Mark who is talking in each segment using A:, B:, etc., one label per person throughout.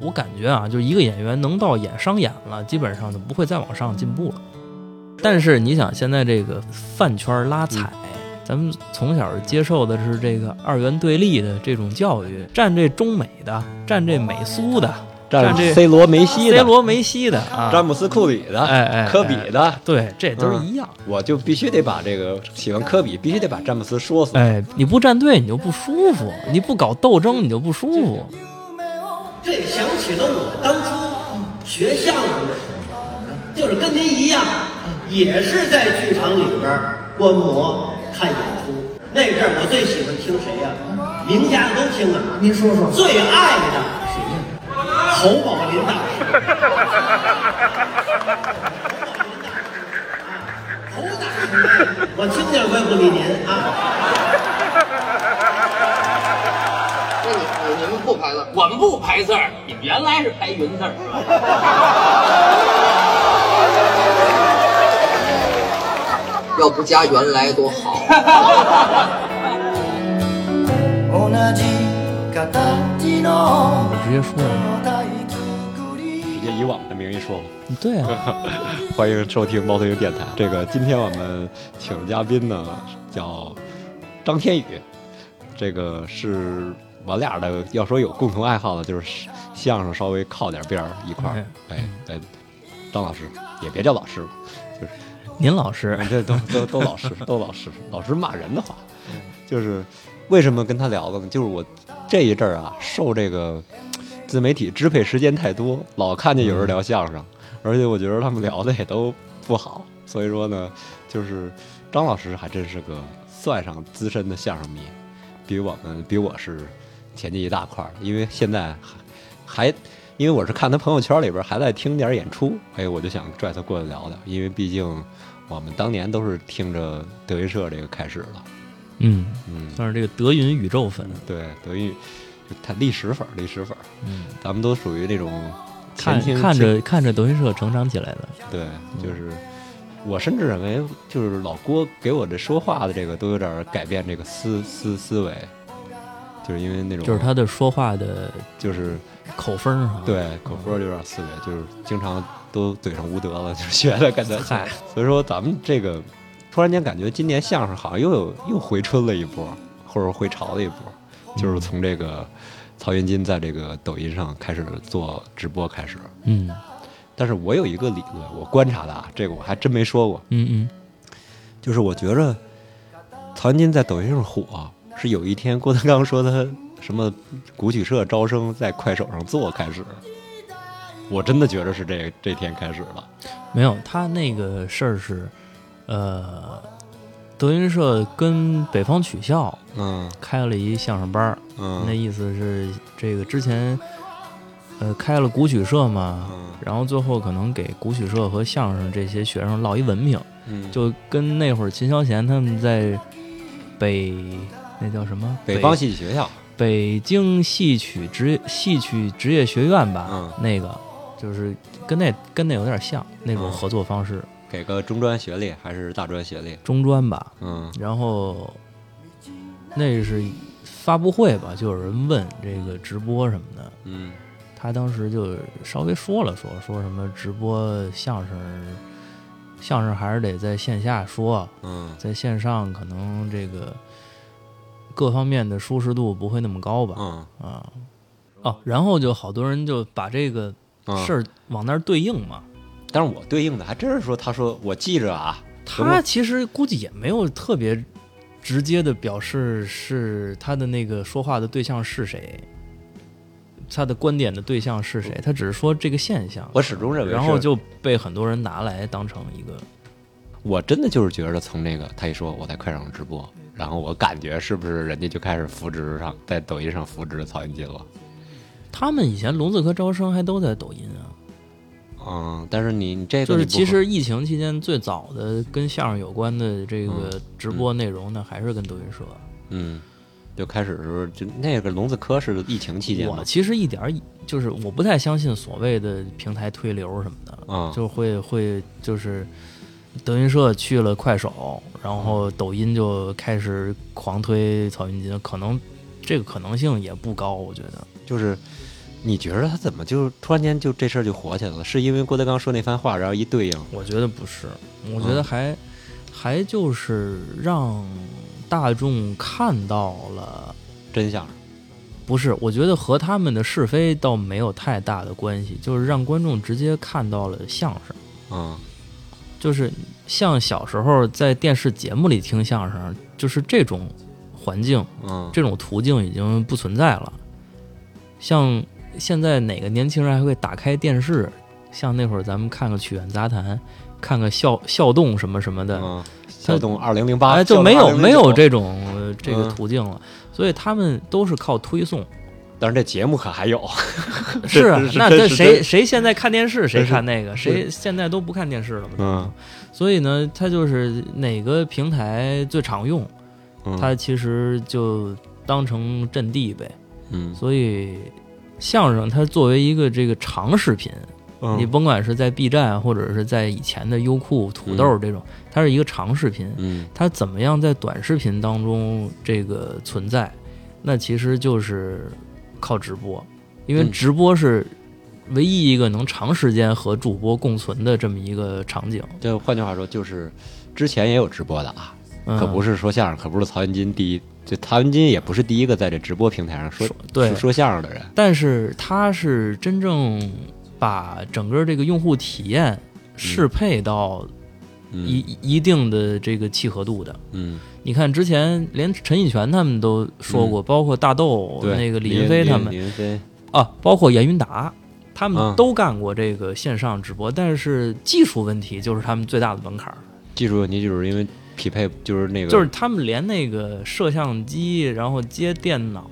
A: 我感觉啊，就一个演员能到演商演了，基本上就不会再往上进步了。但是你想，现在这个饭圈拉踩，咱们从小接受的是这个二元对立的这种教育，站这中美的，站这美苏的
B: 站
A: 站这
B: C 罗、梅西
A: ，C
B: 的，
A: 罗、梅西的哦啊，
B: 詹姆斯、库里的，
A: 哎哎，
B: 科比
A: 哎
B: 的，
A: 对，这都是
B: 嗯
A: 一样。
B: 我就必须得把这个喜欢科比，必须得把詹姆斯说死。
A: 哎，你不站队你就不舒服，你不搞斗争你就不舒服。
C: 这想起了我当初学相声的时候，就是跟您一样，也是在剧场里边观摩看演出。那阵儿我最喜欢听谁呀、名家都听啊。您说说，最爱的谁呀？侯宝林大师。侯宝林大师啊侯大师，我听见我也不理您啊。
D: 那你你你们不排了？
E: 我们不排字儿，你们原来是排云字儿。
D: 要不加原来多好。
F: 同じ形の
A: 我直接说了，
F: 体作り
B: 以以往的名义说吧。
A: 对啊，
B: 欢迎收听猫头鹰电台。这个今天我们请的嘉宾呢叫张天宇，这个是我俩的要说有共同爱好的，就是相声稍微靠点边儿一块儿。哎哎，张老师也别叫老师了，就是
A: 您老师
B: 这都都都老师，都老师，老师骂人的话，就是为什么跟他聊了呢？就是我这一阵儿啊，受这个自媒体支配时间太多，老看见有人聊相声，而且我觉得他们聊的也都不好，所以说呢，就是张老师还真是个算上资深的相声迷，比我们比我是前进一大块儿，因为现在还还。因为我是看他朋友圈里边还在听点儿演出，哎，我就想拽他过来聊聊，因为毕竟我们当年都是听着德云社这个开始的，
A: 嗯，
B: 嗯，
A: 算是这个德云宇宙粉，
B: 对，德云就他历史粉儿，历史粉儿，
A: 嗯，
B: 咱们都属于那种
A: 看
B: 前清
A: 看着嗯看着德云社成长起来的，
B: 对，就是我甚至认为，就是老郭给我这说话的这个都有点儿改变这个思思思维，就是因为那种
A: 就是他的说话的
B: 就是
A: 口风儿啊，，
B: 对口播有点思维，就是经常都嘴上无德了，就是学的感觉，
A: 嗨，
B: 所以说咱们这个突然间感觉今年相声好像又有又回春了一波，或者回潮了一波，
A: 嗯
B: 就是从这个曹云金在这个抖音上开始做直播开始。
A: 嗯
B: 但是我有一个理论，我观察的啊，这个我还真没说过，
A: 嗯嗯，
B: 就是我觉着曹云金在抖音上火、是有一天郭德纲说他什么古曲社招生在快手上做开始，我真的觉着是这这天开始了。
A: 没有，他那个事儿是，呃，德云社跟北方曲校
B: 嗯
A: 开了一相声班儿，那
B: 嗯
A: 意思是这个之前，呃，开了古曲社嘛，
B: 嗯
A: 然后最后可能给古曲社和相声这些学生落一文凭，
B: 嗯，
A: 就跟那会儿秦霄贤他们在北那叫什么
B: 北方戏曲学校。
A: 北京戏曲职业戏曲职业学院吧，
B: 嗯
A: 那个就是跟那跟那有点像那种
B: 嗯
A: 合作方式，
B: 给个中专学历还是大专学历？
A: 中专吧，
B: 嗯
A: 然后那是发布会吧，就有人问这个直播什么的。
B: 嗯
A: 他当时就稍微说了说，说什么直播相声，相声还是得在线下说，
B: 嗯
A: 在线上可能这个各方面的舒适度不会那么高吧？
B: 嗯
A: 啊，哦，然后就好多人就把这个
B: 嗯
A: 事。儿往那儿对应嘛。
B: 但是我对应的还真是说，他说我记着啊，
A: 他其实估计也没有特别直接的表示是他的那个说话的对象是谁。他的观点的对象是谁？他只是说这个现象。
B: 我始终认为是，
A: 然后就被很多人拿来当成一个，
B: 我真的就是觉着从那个他一说我在快手上直播，然后我感觉是不是人家就开始扶植上在抖音上扶植曹云金了？
A: 他们以前聋子科招生还都在抖音啊，
B: 嗯，但是你你这个
A: 就是
B: 你不
A: 其
B: 可
A: 实疫情期间最早的跟相声有关的这个直播内容呢，还是跟德云社。
B: 嗯，就开始的时候就那个聋子科是疫情期间
A: 我
B: 嘛，
A: 其实一点儿就是我不太相信所谓的平台推流什么的，
B: 嗯
A: 就会会就是德云社去了快手，然后抖音就开始狂推曹云金，可能这个可能性也不高，我觉得。
B: 就是你觉得他怎么就突然间就这事儿就火起来了？是因为郭德纲说那番话，然后一对应，
A: 我觉得不是，我觉得还、还就是让大众看到了，
B: 真相
A: 不是，我觉得和他们的是非倒没有太大的关系，就是让观众直接看到了相声，
B: 嗯，
A: 就是像小时候在电视节目里听相声，就是这种环境、
B: 嗯，
A: 这种途径已经不存在了。像现在哪个年轻人还会打开电视？像那会儿咱们看个曲苑杂谈，看个笑 笑动什么什么的，
B: 嗯，啊小动二零零八，
A: 哎，
B: 小
A: 就
B: 动
A: 没有
B: 2009
A: 没有，这种呃这个
B: 嗯
A: 途径了，所以他们都是靠推 送。
B: 但是这节目可还有，
A: 是啊
B: 是是
A: 那
B: 真
A: 这
B: 是
A: 谁
B: 真
A: 谁现在看电视，谁
B: 真是
A: 看那个，
B: 是
A: 谁现在都不看电视了嘛。
B: 嗯，
A: 所以呢，它就是哪个平台最常用，
B: 嗯
A: 它其实就当成阵地呗。
B: 嗯，
A: 所以相声它作为一个这个长视频，
B: 嗯
A: 你甭管是在 B 站或者是在以前的优酷、土豆这种，它是一个长视频。
B: 嗯
A: 它怎么样在短视频当中这个存在？那其实就是靠直播，因为
B: 嗯
A: 直播是唯一一个能长时间和主播共存的这么一个场景。
B: 就换句话说，就是之前也有直播的啊，
A: 嗯、
B: 可不
A: 是
B: 是说相声，可不是曹云金第一，就曹云金也不是第一个在这直播平台上说
A: 说对
B: 说相声的人，
A: 但是它是真正把整个这个用户体验适配到一、
B: 嗯
A: 一定的这个契合度的。
B: 嗯，
A: 你看，之前连陈以权他们都说过，包括大豆
B: 嗯对，
A: 那个
B: 李
A: 李云飞他们，
B: 李云飞，
A: 啊，包括严云达，他
B: 嗯
A: 们都干过这个线上直播，但是技术问题就是他们最大的门槛儿，
B: 技术问题就是因为匹配，就是那个嗯
A: 就是他们连那个摄像机，然后接电脑、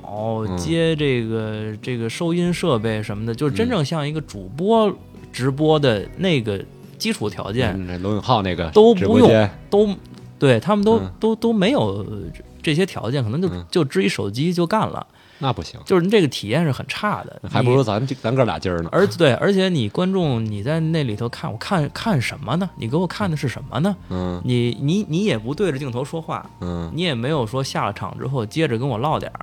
B: 嗯
A: 接这个这个收音设备什么的，就是真正像一个主播直播的那个基础条件、
B: 嗯那罗永浩那个
A: 都
B: 直
A: 不
B: 播
A: 用
B: 间，
A: 都，对他们都、
B: 嗯
A: 都都没有这些条件，可能就、
B: 嗯
A: 就支一手机就干了，
B: 那不行，
A: 就是这个体验是很差的，
B: 嗯还不
A: 你
B: 如咱咱哥俩今儿呢。
A: 而对，而且你观众你在那里头看，我看看什么呢？你给我看的是什么呢？
B: 嗯
A: 你你你也不对着镜头说话，
B: 嗯，
A: 你也没有说下了场之后接着跟我唠点儿，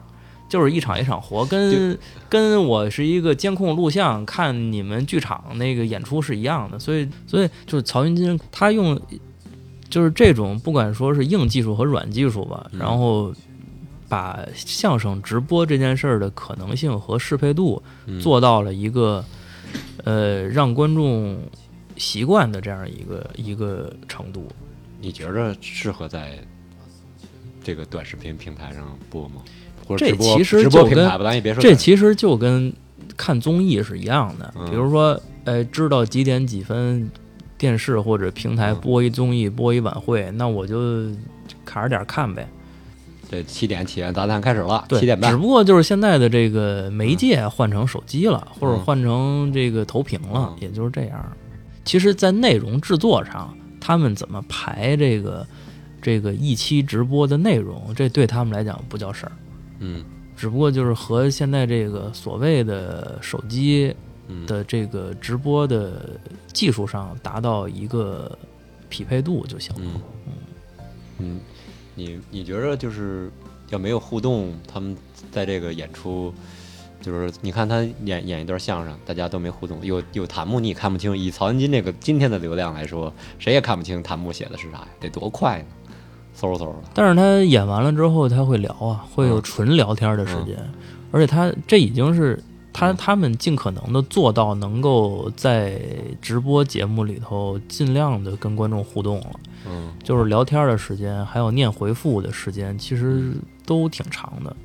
A: 就是一场一场活，跟跟我是一个监控录像看你们剧场那个演出是一样的，所以所以就是曹云金他用就是这种不管说是硬技术和软技术吧，
B: 嗯
A: 然后把相声直播这件事儿的可能性和适配度
B: 嗯
A: 做到了一个呃让观众习惯的这样一个一个程度。
B: 你觉着适合在这个短视频平台上播吗？或者
A: 这
B: 直播
A: 其实
B: 直播
A: 就
B: 平
A: 跟
B: 台吧，咱也别说
A: 这
B: 短
A: 其实就跟看综艺是一样的
B: 嗯，
A: 比如说，呃，知道几点几分电视或者平台
B: 嗯
A: 播一综艺、播一晚会，那我就卡着点儿看呗。
B: 这七点起源杂谈开始了，
A: 对，
B: 七点
A: 只
B: 半。
A: 不过就是现在的这个媒介换成手机了，或者
B: 嗯
A: 换成这个投屏了，
B: 嗯
A: 也就是这样。其实，在内容制作上，他们怎么排这个这个一期直播的内容，这对他们来讲不叫事儿。
B: 嗯
A: 只不过就是和现在这个所谓的手机
B: 嗯
A: 的这个直播的技术上达到一个匹配度就行了。
B: 嗯嗯，你你觉着就是要没有互动，他们在这个演出，就是你看他演演一段相声，大家都没互动，有有弹幕你也看不清。以曹云金这个今天的流量来说，谁也看不清弹幕写的是啥呀，得多快呢，嗖嗖的。
A: 但是他演完了之后，他会聊啊，会
B: 嗯
A: 有纯聊天的时间，而且他这已经是他
B: 嗯
A: 他们尽可能的做到能够在直播节目里头尽量的跟观众互动了，
B: 嗯
A: 就是聊天的时间，还有念回复的时间，其实
B: 嗯
A: 都挺长的。，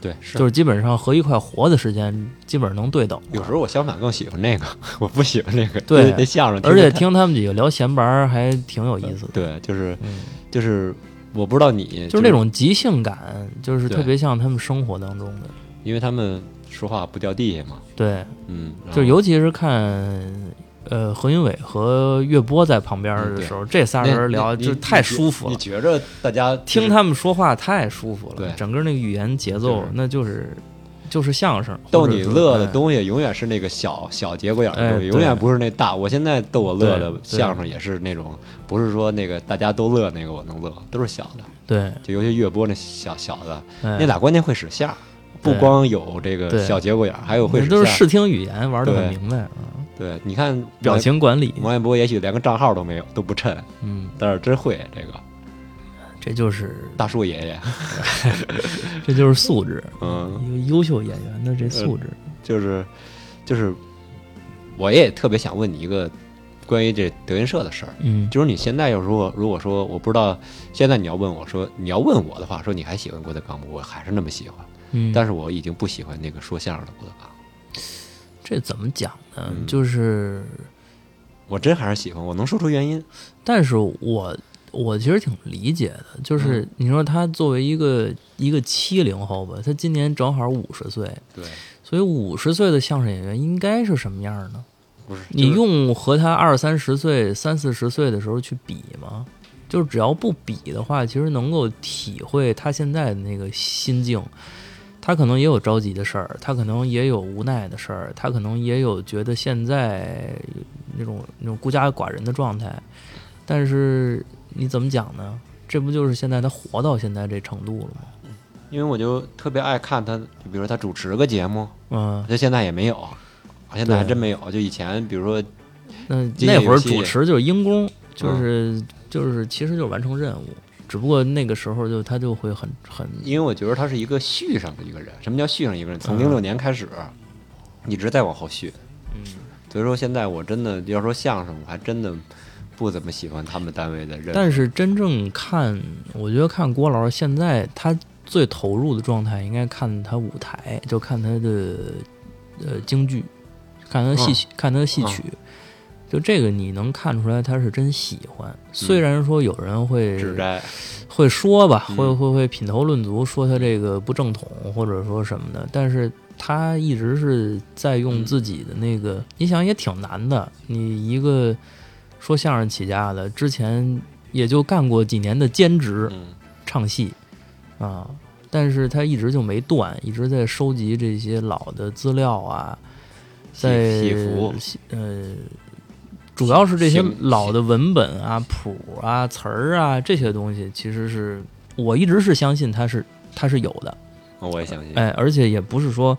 B: 对，是
A: 就是基本上和一块活的时间基本上能对等。
B: 有时候我相反更喜欢那个， 我不喜欢那个，
A: 对
B: 那那相声，
A: 而且听他们几个聊闲白儿还挺有意思的，
B: 对，就是
A: 嗯
B: 就是，我不知道你
A: 就是那，种即兴感，就是
B: 对
A: 特别像他们生活当中的。
B: 因为他们说话不掉地下嘛，
A: 对，
B: 嗯，然
A: 就
B: 后
A: 尤其是看呃何云伟和岳波在旁边
B: 嗯
A: 儿的
B: 对
A: 时候，这仨
B: 那
A: 人聊
B: 你
A: 就
B: 你
A: 太
B: 你
A: 舒服
B: 你
A: 了。
B: 觉着大家就是
A: 听他们说话太舒服
B: 对
A: 了，整个那个语言节奏
B: 就是，
A: 那就是就是相声，
B: 逗
A: 或者
B: 你
A: 说
B: 乐的
A: 哎
B: 东西，永远是那个小小节骨眼儿的
A: 哎
B: 东西，
A: 对
B: 永远不是那大。我现在逗我乐的
A: 对对
B: 相声也是那种，不是说那个大家都乐那个我能乐，都是小的。
A: 对，
B: 就尤其岳波那小小的，
A: 哎
B: 那俩关键会使相，不
A: 对
B: 光有这个
A: 对
B: 小节骨眼儿，还有会使
A: 都是
B: 相
A: 视听语言玩的很
B: 对
A: 明白，嗯
B: 对，你看
A: 表
B: 王
A: 情管理，
B: 王彦波也许连个账号都没有，都不趁，
A: 嗯，
B: 但是真会这个
A: 这就是
B: 大树爷爷，
A: 这就是素质，
B: 嗯，
A: 一个优秀演员的这素质，
B: 就是就是，我也特别想问你一个关于这德云社的事儿，
A: 嗯，
B: 就是你现在要如果如果说我不知道，现在你要问我说你要问我的话，说你还喜欢郭德纲不？我还是那么喜欢，
A: 嗯
B: 但是我已经不喜欢那个说相声的郭德纲，
A: 这怎么讲呢？
B: 嗯
A: 就是，
B: 我真还是喜欢，我能说出原因，
A: 但是我我其实挺理解的，就是
B: 嗯
A: 你说他作为一个一个七零后吧，他今年正好五十岁，
B: 对，
A: 所以五十岁的相声演员应该是什么样呢？
B: 不是
A: 你
B: 就是
A: 用和他二三十岁、三四十岁的时候去比吗？就是只要不比的话，其实能够体会他现在的那个心境。他可能也有着急的事儿，他可能也有无奈的事儿，他可能也有觉得现在那种那种孤家寡人的状态。但是你怎么讲呢？这不就是现在他活到现在这程度了吗？
B: 因为我就特别爱看他，就比如说他主持个节目，
A: 嗯，
B: 他现在也没有，我现在还
A: 对
B: 真没有。就以前，比如说，
A: 那
B: 机械
A: 那会儿
B: 游戏
A: 主持就是鹰工，就是、就是其实就是完成任务，只不过那个时候就他就会很很
B: 因为我觉得他是一个续上的一个人。什么叫续上一个人？从零六年开始，
A: 嗯
B: 一直在往后续。所以说现在我真的要说相声，我还真的不怎么喜欢他们单位的任务。
A: 但是真正看，我觉得看郭老师现在他最投入的状态，应该看他舞台，就看他的呃京剧，看他的戏曲，看他的戏曲。就这个，你能看出来他是真喜欢。虽然说有人会
B: 指摘，
A: 会说吧，
B: 嗯
A: 会会会品头论足，说他这个不正统或者说什么的，但是他一直是在用自己的那个，你想也挺难的，你一个说相声起家的，之前也就干过几年的兼职
B: 嗯，
A: 唱戏啊，但是他一直就没断，一直在收集这些老的资料啊，在
B: 戏服
A: 呃，主要是这些
B: 行
A: 老的文本啊、谱啊、词儿啊这些东西，其实是我一直是相信它是它是有的，
B: 哦我也相信。
A: 哎，而且也不是说，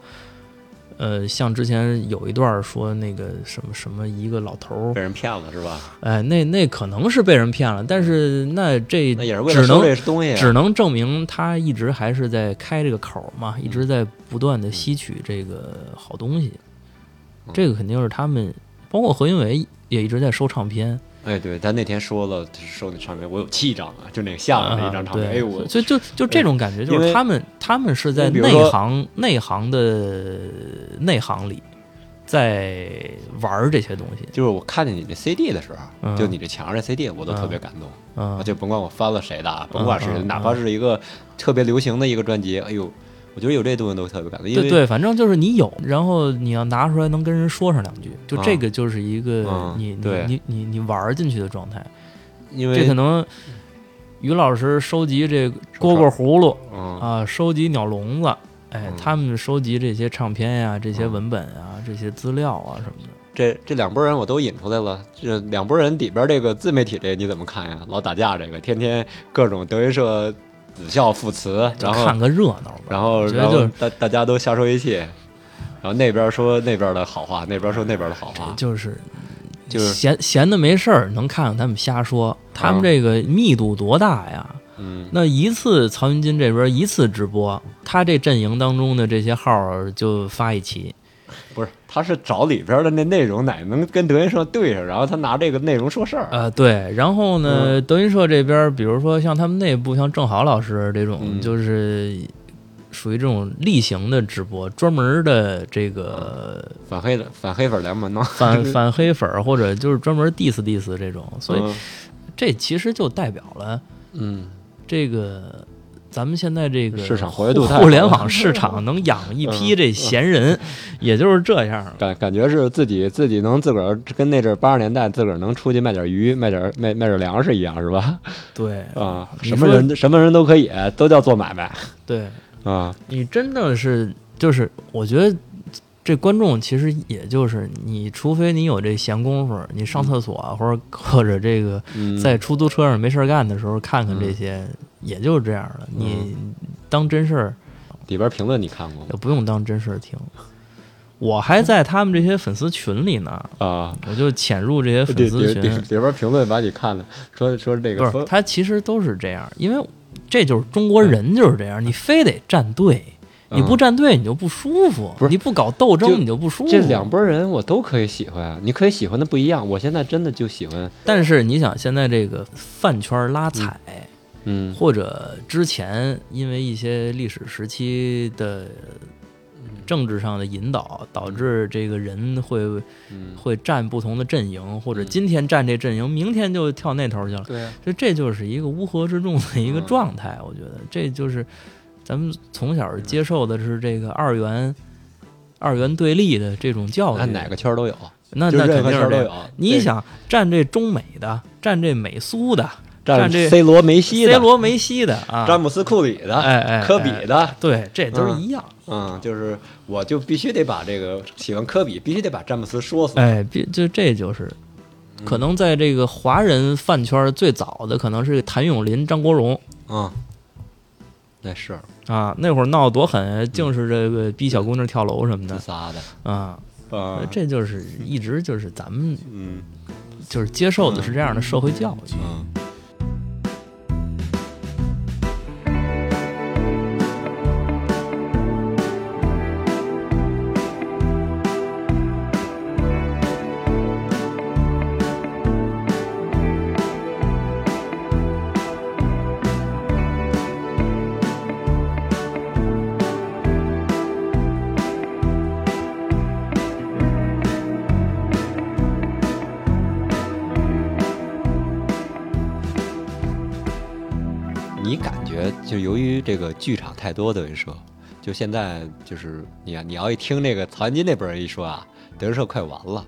A: 呃，像之前有一段说那个什么什么一个老头
B: 被
A: 儿，
B: 人骗了是吧？
A: 哎，那那可能是被人骗了，但是那这
B: 那也是为了
A: 只
B: 收
A: 能
B: 这东西啊，
A: 只能证明他一直还是在开这个口儿
B: 嗯
A: 嘛，一直在不断的吸取这个好东西。
B: 嗯
A: 这个肯定是他们，包括何云伟也一直在收唱片
B: 哎，对，他那天说了，就是收那唱片，我有七张啊，就那个相
A: 啊
B: 声的一张唱片。
A: 对
B: 哎，我
A: 就就就这种感觉，就
B: 因
A: 是
B: 为
A: 他们他们是在
B: 你比如
A: 内
B: 说
A: 行内行的内行里，在玩儿这些东西。
B: 就是我看见你这 CD 的时候，
A: 嗯
B: 就你这墙上这 CD，我都特别感动。
A: 嗯，
B: 啊就甭管我翻了谁的啊，甭管是谁，
A: 嗯嗯
B: 哪怕是一个特别流行的一个专辑，哎呦，我觉得有这东西都特别感动。因
A: 对
B: 为
A: 对，反正就是你有，然后你要拿出来能跟人说上两句，就
B: 啊
A: 这个就是一个
B: 嗯
A: 你你
B: 对
A: 你你你玩儿进去的状态。
B: 因
A: 这可
B: 为
A: 能于老师收集这蝈蝈葫芦
B: 嗯，
A: 啊，收集鸟笼子，哎，他们收集这些唱片呀、这些
B: 嗯
A: 文本啊、这些资料啊什么的。
B: 这这两拨人我都引出来了。这两拨人里边这个自媒体这你怎么看呀？老打架这个，天天各种德云社子校副词，然后
A: 看个热闹吧。
B: 然后
A: 我觉
B: 然
A: 得
B: 后
A: 就
B: 大大家都下收一气，然后那边说那边的好话，那边说那边的好话，
A: 就是
B: 嗯就是
A: 闲闲的没事儿，能看看他们瞎说。他们
B: 啊
A: 这个密度多大呀？
B: 嗯，
A: 那一次曹云金这边一次直播，他这阵营当中的这些号儿就发一期，
B: 不是，他是找里边的那内容哪能跟德云社对上，然后他拿这个内容说事儿，
A: 呃，对，然后呢，
B: 嗯
A: 德云社这边儿，比如说像他们内部，像郑豪老师这种，
B: 嗯
A: 就是属于这种例行的直播，专门儿的这个
B: 反黑的反黑粉联盟呢？
A: 反反黑粉儿，或者就是专门儿 diss diss 这种，所以
B: 嗯
A: 这其实就代表了
B: 嗯，
A: 这个咱们现在这个
B: 市场活跃度太
A: 互
B: 好
A: 联
B: 了嗯
A: 网市场能养一批这闲人，也就是这样了。
B: 感感觉是自己自己能自个儿跟那阵八十年代自个儿能出去卖点鱼、卖点卖卖点粮食一样是吧？
A: 对
B: 啊，
A: 你
B: 什么
A: 说
B: 人什么人都可以，都叫做买卖
A: 对，
B: 啊。
A: 你真的是就是，我觉得这观众其实也就是你，除非你有这闲工夫，你上厕所啊或者或者这个
B: 嗯，
A: 在出租车上没事儿干的时候看看这些，也就是这样的。你当真事儿，
B: 里边评论你看过吗？
A: 也不用当真事儿听。我还在他们这些粉丝群里呢，
B: 啊，
A: 我就潜入这些粉
B: 里
A: 丝
B: 里里
A: 群，
B: 里边评论把你看的说说这
A: 不
B: 个
A: 是
B: 说
A: 他其实都是这样，因为这就是中国人就是这
B: 嗯
A: 样，你非得站队，你不站队你就不舒服，
B: 不是
A: 你不搞斗
B: 就
A: 争你就不舒服。
B: 哦这两拨人我都可以喜欢，你可以喜欢的不一样。我现在真的就喜欢，
A: 但是你想，现在这个饭圈拉踩，
B: 嗯
A: 或者之前因为一些历史时期的政治上的引导，导致这个人会
B: 嗯，
A: 会站不同的阵营，或者今天站这阵营，明天就跳那头去了。
B: 对啊，
A: 就这就是一个乌合之众的
B: 嗯
A: 一个状态，我觉得这就是咱们从小接受的是这个二元二元对立的这种教育。
B: 按哪个圈儿都有，
A: 那
B: 就
A: 那
B: 任
A: 肯
B: 何
A: 定
B: 圈
A: 是
B: 儿都
A: 这
B: 有
A: 样。。你想站这中美的，站这美苏的，
B: 对，
A: 站
B: 占
A: 这
B: C 罗、梅西的、
A: C 罗、梅西的啊，
B: 詹姆斯、库里的、
A: 哎哎
B: 科比的，
A: 哎对，这都是一样。
B: 嗯，就是我就必须得把这个喜欢科比，必须得把詹姆斯说死。
A: 哎，别就这就是，
B: 嗯
A: 可能在这个华人饭圈最早的可能是谭咏麟、张国荣
B: 嗯，那是
A: 啊，那会儿闹得多
B: 嗯
A: 狠，净是这个逼小姑娘跳楼什么
B: 自
A: 的
B: 仨的
A: 啊。
B: 啊，
A: 这就是一直就是咱们
B: 嗯
A: 就是接受的是这样的社会教育。
B: 嗯。你感觉就由于这个剧场太多，等于说，就现在就是你啊你要一听这个曹云金那边人一说啊，德云社快完 了。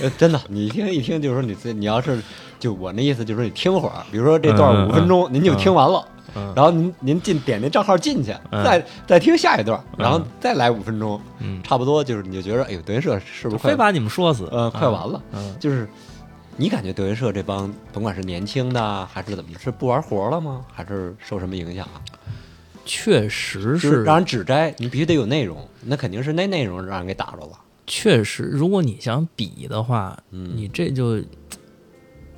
B: 呃，真的，你一听一听，就是说你自你要是就我那意思，就是你听会儿，比如说这
A: 嗯
B: 段
A: 嗯
B: 五分钟，您就听完了，
A: 嗯
B: 然后您您进点那账号进去，
A: 嗯
B: 再再听下一段，然后
A: 嗯
B: 再来五分钟，
A: 嗯
B: 差不多就是你就觉得，哎呦，德云社是不是快
A: 非把你们说死，
B: 呃快完了？
A: 嗯，
B: 就是你感觉德云社这帮，甭管是年轻的还是怎么着，是不玩活了吗？还是受什么影响啊？
A: 确实
B: 就是
A: 是，
B: 让人指摘，你必须得有内容，那肯定是那内容让人给打着了。
A: 确实，如果你想比的话，
B: 嗯
A: 你这就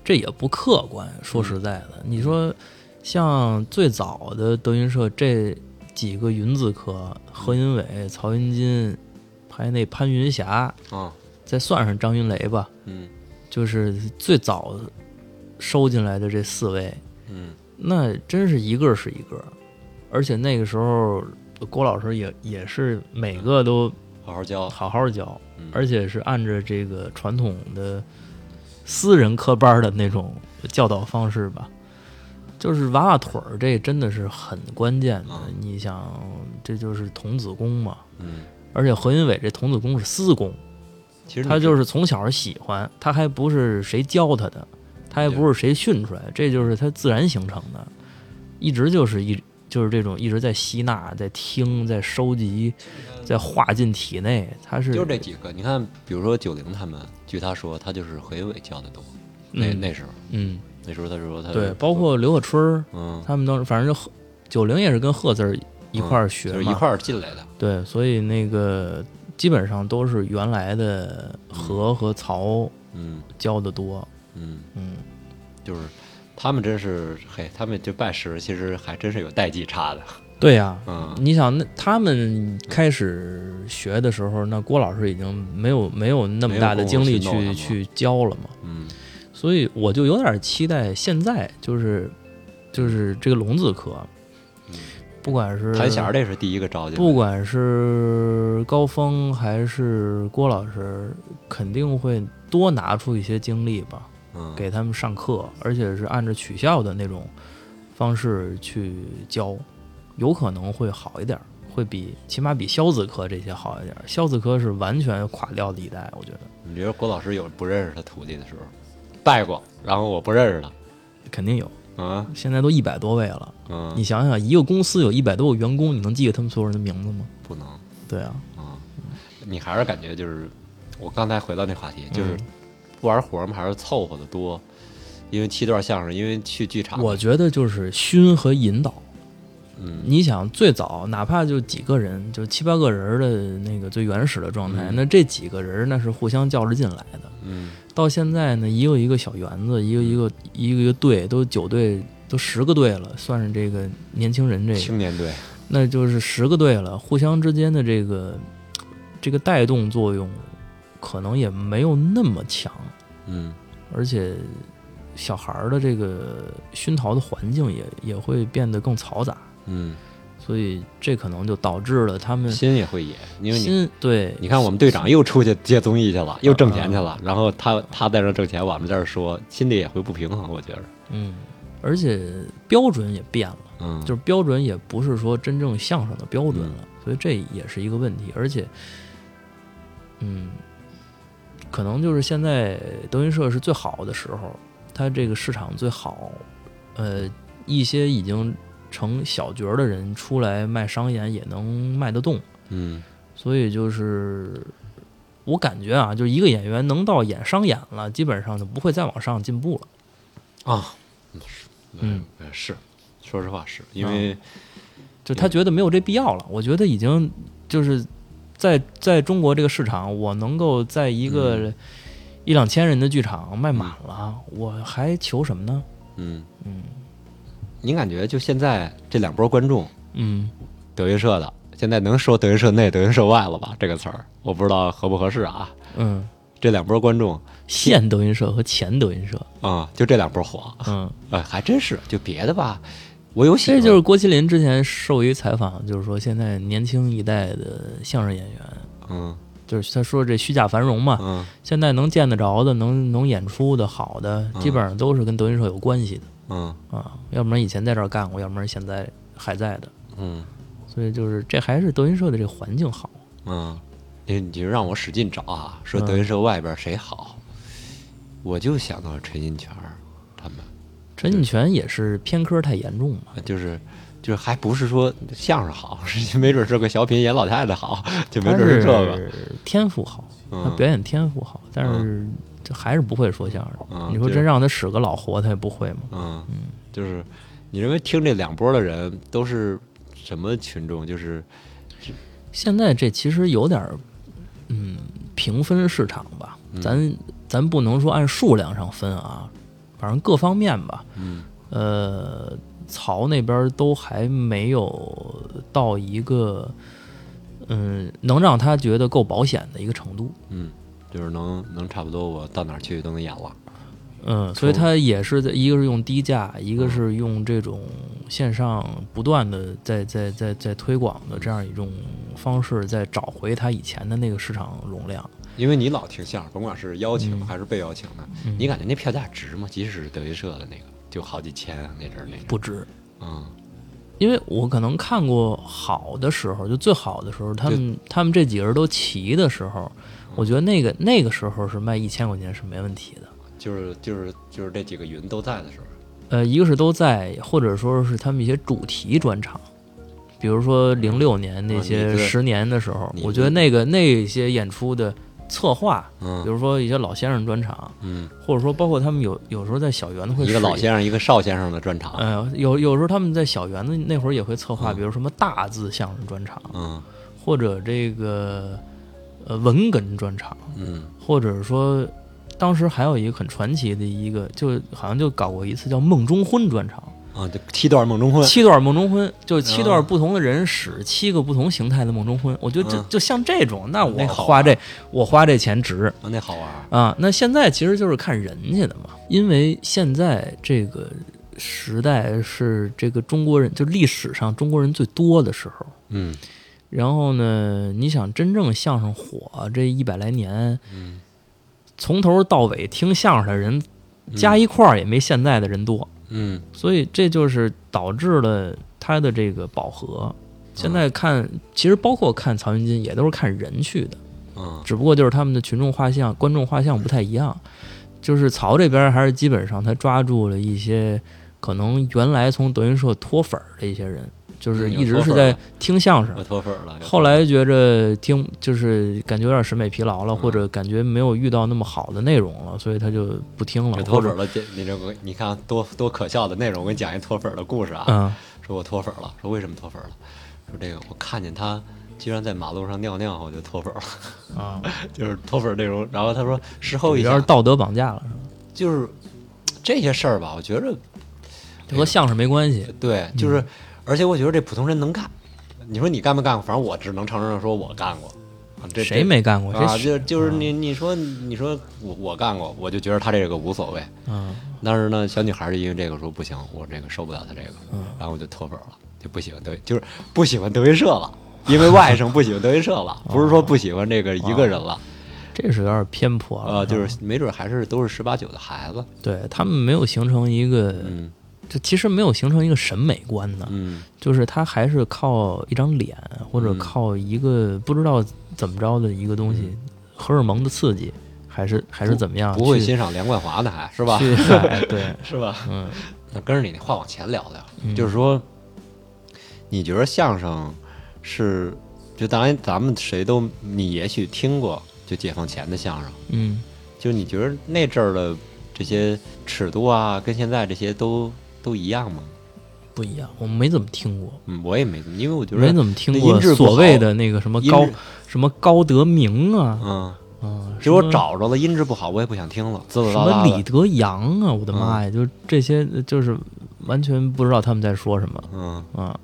A: 这也不客观。
B: 嗯
A: 说实在的，你说像最早的德云社这几个云字科，
B: 嗯
A: 何云伟、曹云金，还有那潘云霞，
B: 啊，
A: 再算上张云雷吧，
B: 嗯
A: 就是最早收进来的这四位，
B: 嗯
A: 那真是一个是一个，而且那个时候郭老师也也是每个都
B: 好好教。
A: 好好教
B: 嗯，
A: 而且是按着这个传统的私人科班的那种教导方式吧。就是娃娃腿儿，这真的是很关键的
B: 嗯。
A: 你想，这就是童子功嘛，
B: 嗯，
A: 而且何云伟这童子功是私功，
B: 其实
A: 他就是是从小喜欢，他还不是谁教他的，他还不是谁训出来，这就是他自然形成的，一直就是一就是这种一直在吸纳、在听、在收集、在化进体内，他是
B: 就这几个，你看，比如说九零他们，据他说，他就是何云伟教的多。那
A: 嗯
B: 那时候，
A: 嗯
B: 那时候他说他
A: 对，包括刘鹤春儿
B: 呃嗯
A: 他们当时反正就九零也是跟贺字儿一块儿学
B: 就是
A: 嘛
B: 一块儿进来的。
A: 对，所以那个基本上都是原来的何和曹
B: 嗯
A: 教的多，
B: 嗯，
A: 嗯。
B: 就是他们真是嘿，他们就拜师，其实还真是有代际差的。
A: 对呀、
B: 嗯
A: 你想那他们开始学的时候，那郭老师已经没有没有那么大的精力
B: 没
A: 去
B: 有功夫去弄他们
A: 去教了嘛，
B: 嗯
A: 所以我就有点期待现在就是就是这个龙字科，
B: 嗯
A: 不管是
B: 谭霞这是第一个招进来的，
A: 不管是高峰还是郭老师，肯定会多拿出一些精力吧，
B: 嗯
A: 给他们上课，而且是按照取笑的那种方式去教，有可能会好一点儿，会比起码比肖子科这些好一点儿。肖子科是完全垮掉的一代，我觉得
B: 你觉得郭老师有不认识他徒弟的时候，拜过，然后我不认识
A: 肯定有。
B: 他，啊
A: 现在都一百多位了，
B: 嗯，
A: 你想想，一个公司有一百多个员工，你能记得他们所有人的名字吗？
B: 不能啊
A: 对啊，，
B: 嗯你还是感觉就是，我刚才回到那话题，
A: 嗯
B: 就是不玩活嘛，还是凑合的多，因为七段相声，因为去剧场，
A: 我觉得就是熏和引导，
B: 啊嗯
A: 你想最早哪怕就几个人，就七八个人儿的那个最原始的状态，那这几个人儿那是互相较着劲来的。
B: 嗯
A: 到现在呢，一个一个小园子，一个一个一个一个队，都九队，都十个队了，算是这个年轻人这个
B: 青年队，
A: 那就是十个队了，互相之间的这个这个带动作用，可能也没有那么强，
B: 嗯
A: 而且小孩儿的这个熏陶的环境也也会变得更嘈杂，
B: 嗯，
A: 所以这可能就导致了他们
B: 心也会野，因为
A: 嗯
B: 你
A: 心嗯对
B: 你看，我们队长又出去接综艺去了，又挣钱去了。然后他他在那挣钱，我们在这说，心里也会不平衡。我觉得，
A: 嗯，而且标准也变了。
B: 嗯，
A: 就是标准也不是说真正相声的标准了，所以这也是一个问题。而且，嗯，可能就是现在德云社是最好的时候，它这个市场最好，呃，一些已经成小角儿的人出来卖商演也能卖得动，
B: 嗯
A: 所以就是。我感觉啊，就一个演员能到演商演了，基本上就不会再往上进步了。
B: 啊，
A: 嗯，啊
B: 呃是，说实话是因为
A: 就他觉得没有这必要了。我觉得已经就是在在中国这个市场，我能够在一个一两千人的剧场卖满了，我还求什么呢？
B: 嗯
A: 嗯
B: 您感觉就现在这两波观众，
A: 嗯，
B: 德云社的，现在能说德云社内、德云社外了吧？这个词儿我不知道合不合适啊。
A: 嗯，
B: 这两波观众
A: 现德云社和前德云社，
B: 啊、就这两波火，
A: 嗯，
B: 呃，还真是。就别的吧，我有喜
A: 这
B: 欢，
A: 就是郭麒麟之前受一采访，就是说现在年轻一代的相声演员，
B: 嗯
A: 就是他说这虚假繁荣嘛，
B: 嗯
A: 现在能见得着的、能能演出的好的，基本上都是跟德云社有关系的。
B: 嗯
A: 啊，要不然以前在这儿干过，要不然现在还在的，
B: 嗯
A: 所以就是这还是德云社的这个环境好。
B: 嗯，你你就让我使劲找啊，说德云社外边谁好，我就想到陈印泉儿他们。
A: 陈印泉也是偏科太严重嘛，
B: 就是就是还不是说相声好，是没准是个小品演老太太好，就没
A: 他
B: 准这个。
A: 是天赋好，他
B: 嗯
A: 表演天赋好，但是这还是不会说相声。
B: 嗯
A: 你说
B: 就
A: 真让他使个老活，他也不会嘛。
B: 嗯，就是你认为听这两波的人都是什么群众？就是
A: 现在这其实有点儿，嗯，平分市场吧，咱咱不能说按数量上分啊，反正各方面吧，
B: 嗯，
A: 呃，曹那边都还没有到一个，嗯，能让他觉得够保险的一个程度，
B: 嗯，就是能能差不多，我到哪儿去都能演了。
A: 嗯，所以他也是在一个是用低价，一个是用这种线上不断的在在在在推广的这样一种方式，在找回他以前的那个市场容量。
B: 因为你老听相声，甭管是邀
A: 嗯
B: 请还是被邀请的，你感觉那票价值吗？即使是德云社的那个，就好几千那阵儿那阵儿
A: 不值，
B: 嗯
A: 因为我可能看过好的时候，就最好的时候，他们他们这几个人都齐的时候，我觉得那个那个时候是卖一千块钱是没问题的。
B: 就是就是就是这几个云都在的时候，
A: 呃，一个是都在，或者说是他们一些主题专场，比如说零六年那
B: 嗯
A: 些
B: 你对
A: 十年的时候，
B: 你
A: 我觉得那个那些演出的策划，比
B: 嗯
A: 如说一些老先生专场，
B: 嗯，
A: 或者说包括他们有有时候在小园子会
B: 一个
A: 使
B: 老先生，一个少先生的专场，
A: 呃，有有时候他们在小园子那会儿也会策划，比如什么大字相声专场，
B: 嗯
A: 或者这个呃文哏专场，
B: 嗯。
A: 或者说当时还有一个很传奇的一个，就好像就搞过一次叫梦中婚专场，
B: 啊，这七段梦中婚，
A: 七段梦中婚，就七
B: 啊
A: 段不同的人使七个不同形态的梦中婚。我觉得就
B: 嗯
A: 就像这种，那我
B: 那好啊
A: 花
B: 玩
A: 这我花这钱值
B: 啊那好玩儿。
A: 啊。那现在其实就是看人家的嘛，因为现在这个时代是这个中国人就历史上中国人最多的时候。
B: 嗯
A: 然后呢，你想真正相声火这一百来年，
B: 嗯
A: 从头到尾听相声的人加一块儿也没现在的人多，
B: 嗯
A: 所以这就是导致了它的这个饱
B: 嗯
A: 和。现在看，其实包括看曹云金也都是看人去的，
B: 嗯
A: 只不过就是他们的群众画像、观众画像不太一样。就是曹这边还是基本上他抓住了一些可能原来从德云社脱粉儿的一些人，就是
B: 嗯
A: 一
B: 有
A: 直
B: 托
A: 是
B: 粉
A: 在
B: 了
A: 听相声
B: 我。脱粉了。
A: 后来觉着听就是感觉有点审美疲劳了，
B: 嗯
A: 或者感觉没有遇到那么好的内容了，所以他就不听了。
B: 有脱粉了，这你这个你看多多可笑的内容，我给你讲一脱粉的故事啊。
A: 嗯，
B: 说我脱粉了，说为什么脱粉了？说这个我看见他居然在马路上尿尿，我就脱粉了，
A: 啊，
B: 就是脱粉内容。然后他说事
A: 有
B: 后一
A: 点
B: 嗯想，
A: 道德绑架了，是吧
B: 就是这些事儿吧，我觉着
A: 这和相声没关系。
B: 对，
A: 嗯
B: 就是，而且我觉得这普通人能干。你说你干没干过？反正我只能承认说我干过。啊这
A: 谁没干过？
B: 这
A: 谁嗯
B: 啊？就就是你你说你说我我干过，我就觉得他这个无所谓。
A: 嗯，
B: 当时呢，小女孩就因为这个说不行，我这个受不了他这个，然后我就脱粉了，就不喜欢德，就是不喜欢德云社了，因为外甥不喜欢德云社了，不是说不喜欢这个一个人了，
A: 这是有点偏颇了。
B: 啊，就是没准还是都是十八九的孩子，
A: 对他们没有形成一个，
B: 嗯
A: 这其实没有形成一个审美观呢，
B: 嗯，
A: 就是他还是靠一张脸或者靠一个不知道怎么着的一个东西，荷尔蒙的刺激，还是还是怎么样？
B: 嗯不会
A: 啊去
B: 欣赏梁冠华呢，还是吧？
A: 去哎 对，
B: 是吧？
A: 嗯，
B: 那跟着你那话往前聊聊，就是说，你觉得相声是，就当然咱们谁都，你也许听过，就解放前的相声。
A: 嗯，
B: 就你觉得那阵儿的这些尺度啊，跟现在这些都都一样吗？
A: 不一样，我没怎么听过，
B: 嗯，我也没怎么，因为我觉得
A: 没怎么听
B: 那
A: 过
B: 音质不好
A: 所谓的那个什么
B: 音
A: 高
B: 质
A: 什么高德明啊，
B: 嗯，
A: 嗯，
B: 结果
A: 什么
B: 找着了，音质不好，我也不想听了，滋滋
A: 什
B: 啦啦
A: 么李
B: 的。嗯
A: 德阳啊，我的妈呀，就这些就是完全不知道他们在说什么
B: 嗯，
A: 啊。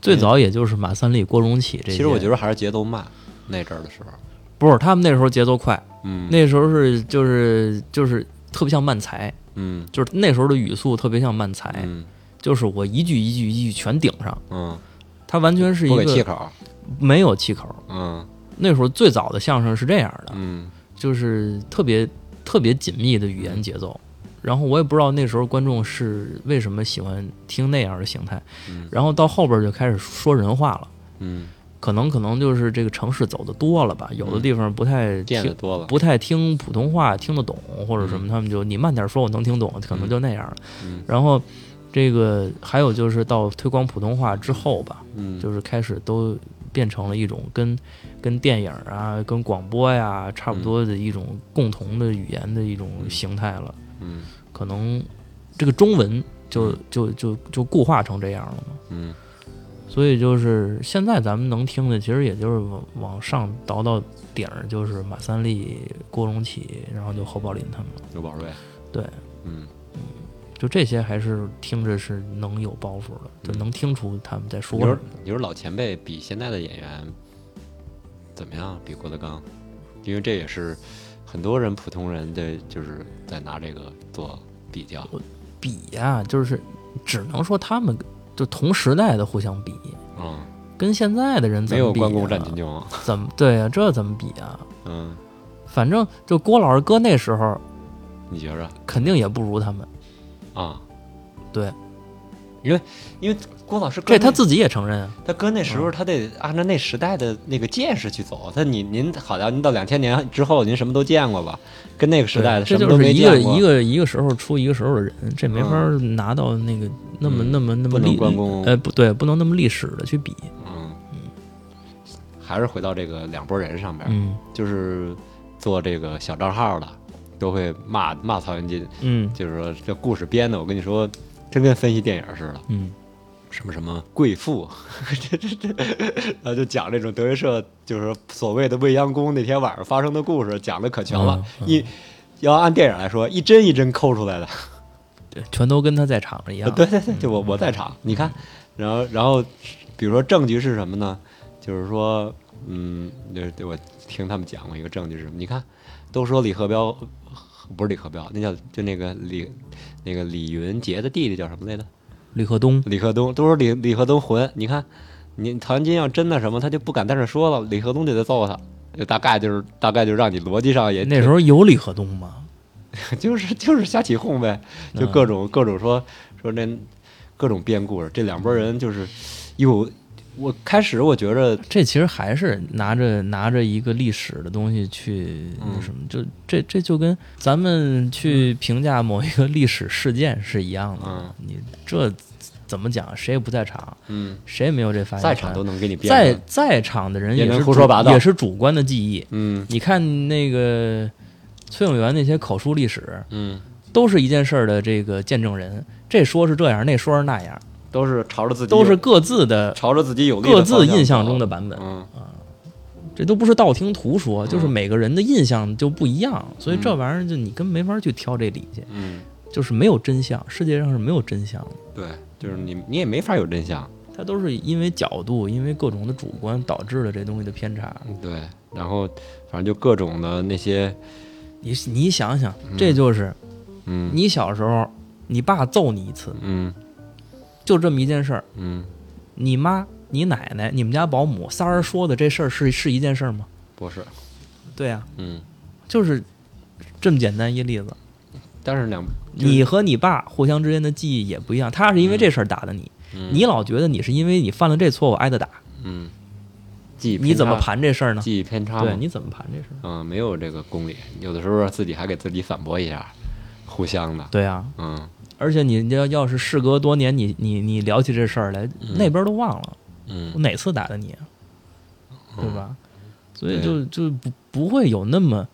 A: 最早也就是马三立、郭荣启这些，
B: 其实我觉得还是节奏慢，那阵儿的时候，
A: 不是他们那时候节奏快，
B: 嗯，
A: 那时候是就是就是特别像慢才，
B: 嗯
A: 就是那时候的语速特别像慢才，
B: 嗯
A: 就是我一句一句一句全顶上，
B: 嗯，
A: 它完全是一
B: 不给气
A: 个啊
B: 口，
A: 没有气口。
B: 嗯
A: 那时候最早的相声是这样的，
B: 嗯
A: 就是特别特别紧密的语言节奏。然后我也不知道那时候观众是为什么喜欢听那样的形态，
B: 嗯
A: 然后到后边就开始说人话了，
B: 嗯，
A: 可能可能就是这个城市走的多了吧，有的地方不太
B: 见的
A: 听
B: 多了，
A: 不太听普通话听得懂或者什么，他们就你慢点说，我能听懂，可能就那样了。
B: 嗯
A: 然后这个还有就是到推广普通话之后吧，
B: 嗯，
A: 就是开始都变成了一种跟跟电影啊、跟广播呀、差不多的一种共同的语言的一种形态了。
B: 嗯
A: 可能这个中文就就就就固化成这样了嘛。
B: 嗯
A: 所以就是现在咱们能听的，其实也就是往往上倒到顶儿，就是马三立、郭荣启，然后就侯宝林他们了。
B: 刘宝瑞，
A: 对，
B: 嗯
A: 就这些还是听着是能有包袱的，就能听出他们在说
B: 你
A: 什
B: 说
A: 么。
B: 你说老前辈比现在的演员怎么样？比郭德纲，因为这也是很多人普通人的就是在拿这个做比较。
A: 比呀、就是只能说他们就同时代的互相比，
B: 嗯，
A: 跟现在的人怎
B: 没
A: 么
B: 有
A: 比、啊？
B: 关公战秦琼。
A: 怎么对呀、这怎么比啊？
B: 嗯，
A: 反正就郭老师搁那时候
B: 你觉着
A: 肯定也不如他们，
B: 啊？
A: 对，
B: 因为因为郭老师搁
A: 这他
B: 那
A: 自己也承认啊。
B: 他搁那时候他得按照那时代的那个见识去走。他你您好家伙，您到两千年之后您什么都见过吧？跟那个时代的
A: 对
B: 什
A: 这
B: 么
A: 就
B: 都
A: 是
B: 没
A: 一个
B: 见过。
A: 一个一个时候出一个时候的人，这没法拿到那个那么
B: 嗯
A: 那么那么
B: 不能
A: 历
B: 关公
A: 呃不对，不能那么历史的去比，
B: 嗯，还是回到这个两拨人上面。
A: 嗯
B: 就是做这个小账号的，都会骂骂曹云金，
A: 嗯
B: 就是说这故事编的，我跟你说，真跟分析电影似的，
A: 嗯
B: 什么什么贵妇， 这这这，然后就讲这种德云社，就是说所谓的未央宫那天晚上发生的故事，讲的可全了，一要按电影来说，一帧一帧抠出来的，
A: 对，嗯全都跟他在场上一样，
B: 啊呃对对对，就我我在场，你看，然后然后，比如说证据是什么呢？就是说，嗯，就是对我听他们讲过一个证据是什么？你看，都说李鹤彪不是李鹤彪，那叫就那个李那个李云杰的弟弟叫什么来着？
A: 李鹤东
B: 李鹤东都说李李鹤东混，你看，你陶元金要真那什么，他就不敢在这说了，李鹤东就得揍他，就大概就是大概就让你逻辑上也
A: 那时候有李鹤东吗？
B: 就是 就是瞎起哄呗，就
A: 嗯
B: 各种各种说说那各种编故事，这两拨人就是有我开始我觉着
A: 这其实还是拿着拿着一个历史的东西去那什
B: 嗯
A: 么，就这这就跟咱们去评价某一个历史事件是一样的，
B: 嗯
A: 你这怎么讲，谁也不在场，
B: 嗯，
A: 谁也没有这发言
B: 在
A: 权。
B: 场都能给你编
A: 在
B: 上，
A: 在场的人
B: 也
A: 也
B: 能
A: 是
B: 胡
A: 主
B: 说八道
A: 也是主观的记忆。
B: 嗯
A: 你看那个崔永元那些口述历史，
B: 嗯，
A: 都是一件事儿的这个见证人，这说是这样，那说是那样，
B: 都是朝着自己
A: 都是
B: 有
A: 各自的
B: 朝着自己有利的
A: 各自
B: 方向
A: 印象中
B: 走
A: 的版本，啊
B: 嗯
A: 这都不是道听途说，就是每个人的印象就不一样，所以这玩意儿就你根本没法去挑这理去，
B: 嗯，
A: 就是没有真相，世界上是没有真相的，
B: 对，就是你你也没法有真相，
A: 它都是因为角度，因为各种的主观导致了这东西的偏差。
B: 对，然后反正就各种的那些，
A: 你你想想，这就是
B: 嗯
A: 你小时候，你爸揍你一次，
B: 嗯
A: 就这么一件事儿，
B: 嗯，
A: 你妈、你奶奶、你们家保姆仨人说的这事儿是是一件事儿吗？
B: 不是，
A: 对呀、
B: 嗯，
A: 就是这么简单一例子。
B: 但是嗯两
A: 你和你爸互相之间的记忆也不一样，他是因为这事儿打的你，你老觉得你是因为你犯了这错误挨的打，
B: 嗯，记忆
A: 你怎么
B: 偏
A: 盘这事儿呢
B: 差？？记忆偏差
A: 对，
B: 嘛
A: 你怎么盘这事儿？
B: 嗯，没有这个公理，有的时候自己还给自己反驳一下，互相的，
A: 对啊，
B: 嗯
A: 而且你要要是事隔多年，你你你聊起这事儿来，那边都忘了我
B: 嗯
A: 哪次打的你啊，对吧？所以
B: 对
A: 就就不不会有那么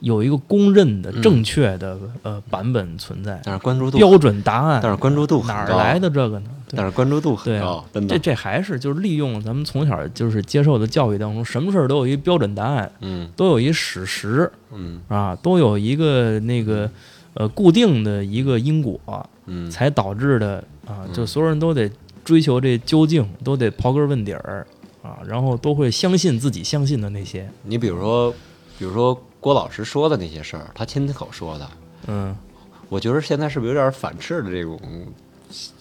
A: 有一个公认
B: 嗯
A: 的正确的呃版本存在，
B: 但是关注度，
A: 标准答案，
B: 嗯但是关注度很
A: 啊哪儿
B: 高
A: 来？的这个呢？对
B: 但是关注度
A: 对
B: 很
A: 啊
B: 高，真
A: 这
B: 的，
A: 这还是就是利用咱们从小就是接受的教育当中，什么事儿都有一标准答案，
B: 嗯
A: 都有一史实
B: 嗯
A: 啊，都有一个那个呃固定的一个因果，
B: 嗯，
A: 才导致的啊，就所有人都得追求这究竟，都得刨根问底儿啊，然后都会相信自己相信的那些，
B: 你比如说，比如说郭老师说的那些事儿，他亲口说的，
A: 嗯，
B: 我觉得现在是不是有点反斥的这种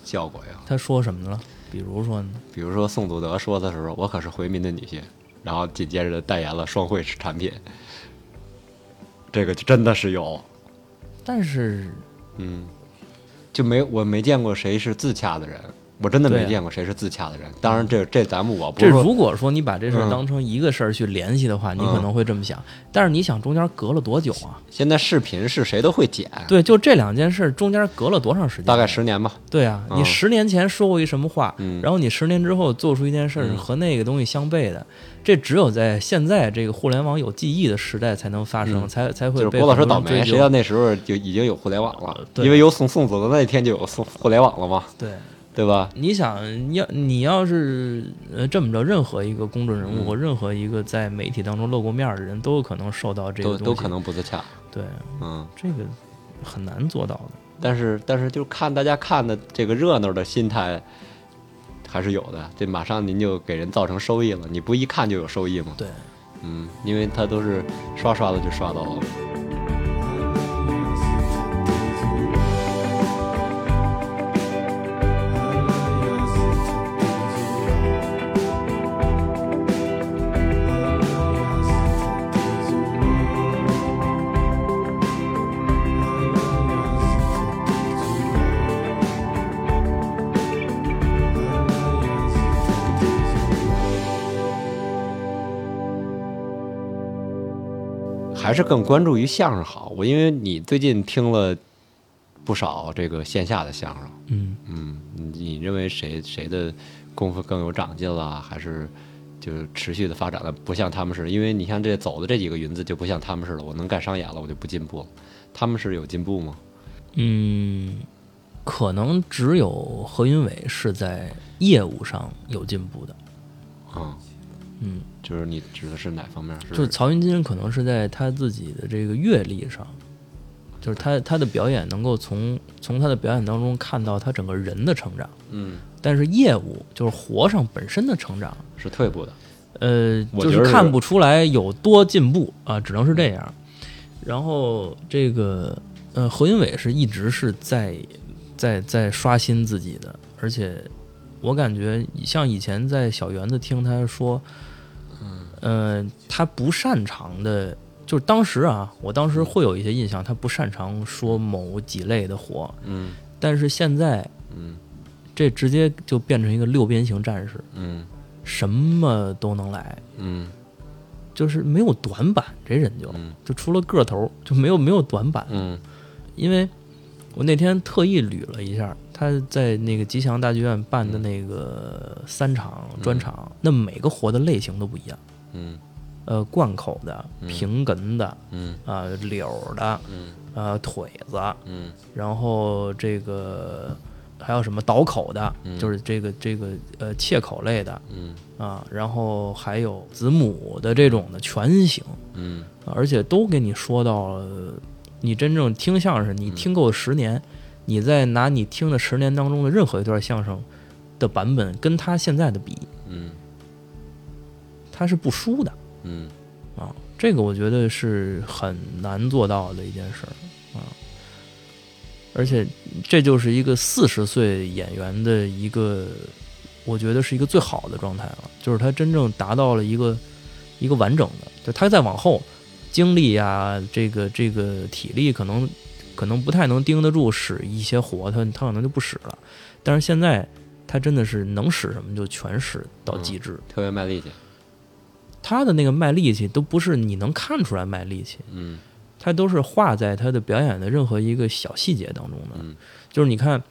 B: 效果呀？
A: 他说什么了？比如说呢？
B: 比如说宋祖德说的时候，我可是回民的女婿，然后紧接着代言了双汇产品，这个就真的是有，
A: 但是
B: 嗯，就没我没见过谁是自洽的人，我真的
A: 对
B: 没
A: 啊
B: 见过谁是自洽的人。当然这，这咱们我不
A: 这
B: 是说
A: 如果说你把这事儿
B: 嗯
A: 当成一个事儿去联系的话，你可能会这么想，但是你想中间隔了多久啊？
B: 现在视频是谁都会剪，
A: 对，就这两件事中间隔了多长时间？啊
B: 大概十年吧。
A: 对啊，
B: 嗯
A: 你十年前说过一什么话，
B: 嗯
A: 然后你十年之后做出一件事儿是和那个东西相悖的，这只有在现在这个互联网有记忆的时代才能发生，才才
B: 嗯就
A: 会
B: 是
A: 被
B: 郭老师
A: 很多
B: 倒
A: 人追
B: 霉，
A: 究
B: 谁知道那时候就已经有互联网
A: 呃
B: 了，
A: 对
B: 因为有宋宋祖的那一天就有宋互联网了嘛，
A: 对，
B: 对吧？
A: 你想要你要是呃这么着，任何一个公众人
B: 嗯
A: 物或任何一个在媒体当中露过面儿的人，都有可能受到这个
B: 都
A: 东西，
B: 都可能不自洽，
A: 对
B: 嗯。
A: 这个很难做到的。
B: 但是但是就看大家看的这个热闹的心态还是有的，这马上您就给人造成收益了，你不一看就有收益吗？
A: 对，
B: 嗯，因为他都是刷刷的就刷到了。还是更关注于相声好。我因为你最近听了不少这个线下的相声，
A: 嗯，
B: 嗯，你你认为谁谁的功夫更有长进了，还是就是持续的发展的不像他们似的？因为你像这走的这几个云字就不像他们似的，我能干商演了，我就不进步了。他们是有进步吗？
A: 嗯，可能只有何云伟是在业务上有进步的，
B: 啊，
A: 嗯，
B: 就是你指的是哪方面？
A: 就是曹云金可能是在他自己的这个阅历上，就是他他的表演能够从从他的表演当中看到他整个人的成长，
B: 嗯，
A: 但是业务就是活上本身的成长，
B: 是退步的，
A: 呃，
B: 我
A: 就
B: 觉
A: 是
B: 得是
A: 看不出来有多进步啊、只能是这样。然后这个呃，何云伟是一直是在在在刷新自己的，而且我感觉像以前在小园子听他说，
B: 嗯
A: 呃，他不擅长的，就是当时啊，我当时会有一些印象，他不擅长说某几类的活，
B: 嗯
A: 但是现在，
B: 嗯，
A: 这直接就变成一个六边形战士，
B: 嗯
A: 什么都能来。
B: 嗯
A: 就是没有短板，这人就
B: 嗯
A: 就除了个头就没有没有短板，
B: 嗯
A: 因为我那天特意捋了一下，他在那个吉祥大剧院办的那
B: 嗯
A: 个三场专场，那每个活的类型都不一样，
B: 嗯
A: 呃，贯口的、平哏的、
B: 嗯
A: 啊、柳儿的、
B: 嗯
A: 呃腿子，
B: 嗯
A: 然后这个还有什么倒口的，就是这个这个呃切口类的
B: 嗯
A: 啊，然后还有子母的这种的全型，
B: 嗯
A: 啊而且都给你说到了，你真正听相声，你听够十年，你再拿你听的十年当中的任何一段相声的版本跟他现在的比，
B: 嗯
A: 他是不输的
B: 嗯
A: 啊。这个我觉得是很难做到的一件事儿啊。而且这就是一个四十岁演员的一个，我觉得是一个最好的状态了，就是他真正达到了一个一个完整的，就他再往后精力啊，这个这个体力可能可能不太能盯得住使一些活，他他可能就不使了。但是现在他真的是能使什么就全使到极致，
B: 特别卖力气，
A: 他的那个卖力气都不是你能看出来卖力气，
B: 嗯
A: 他都是画在他的表演的任何一个小细节当中的。
B: 嗯
A: 就是你看，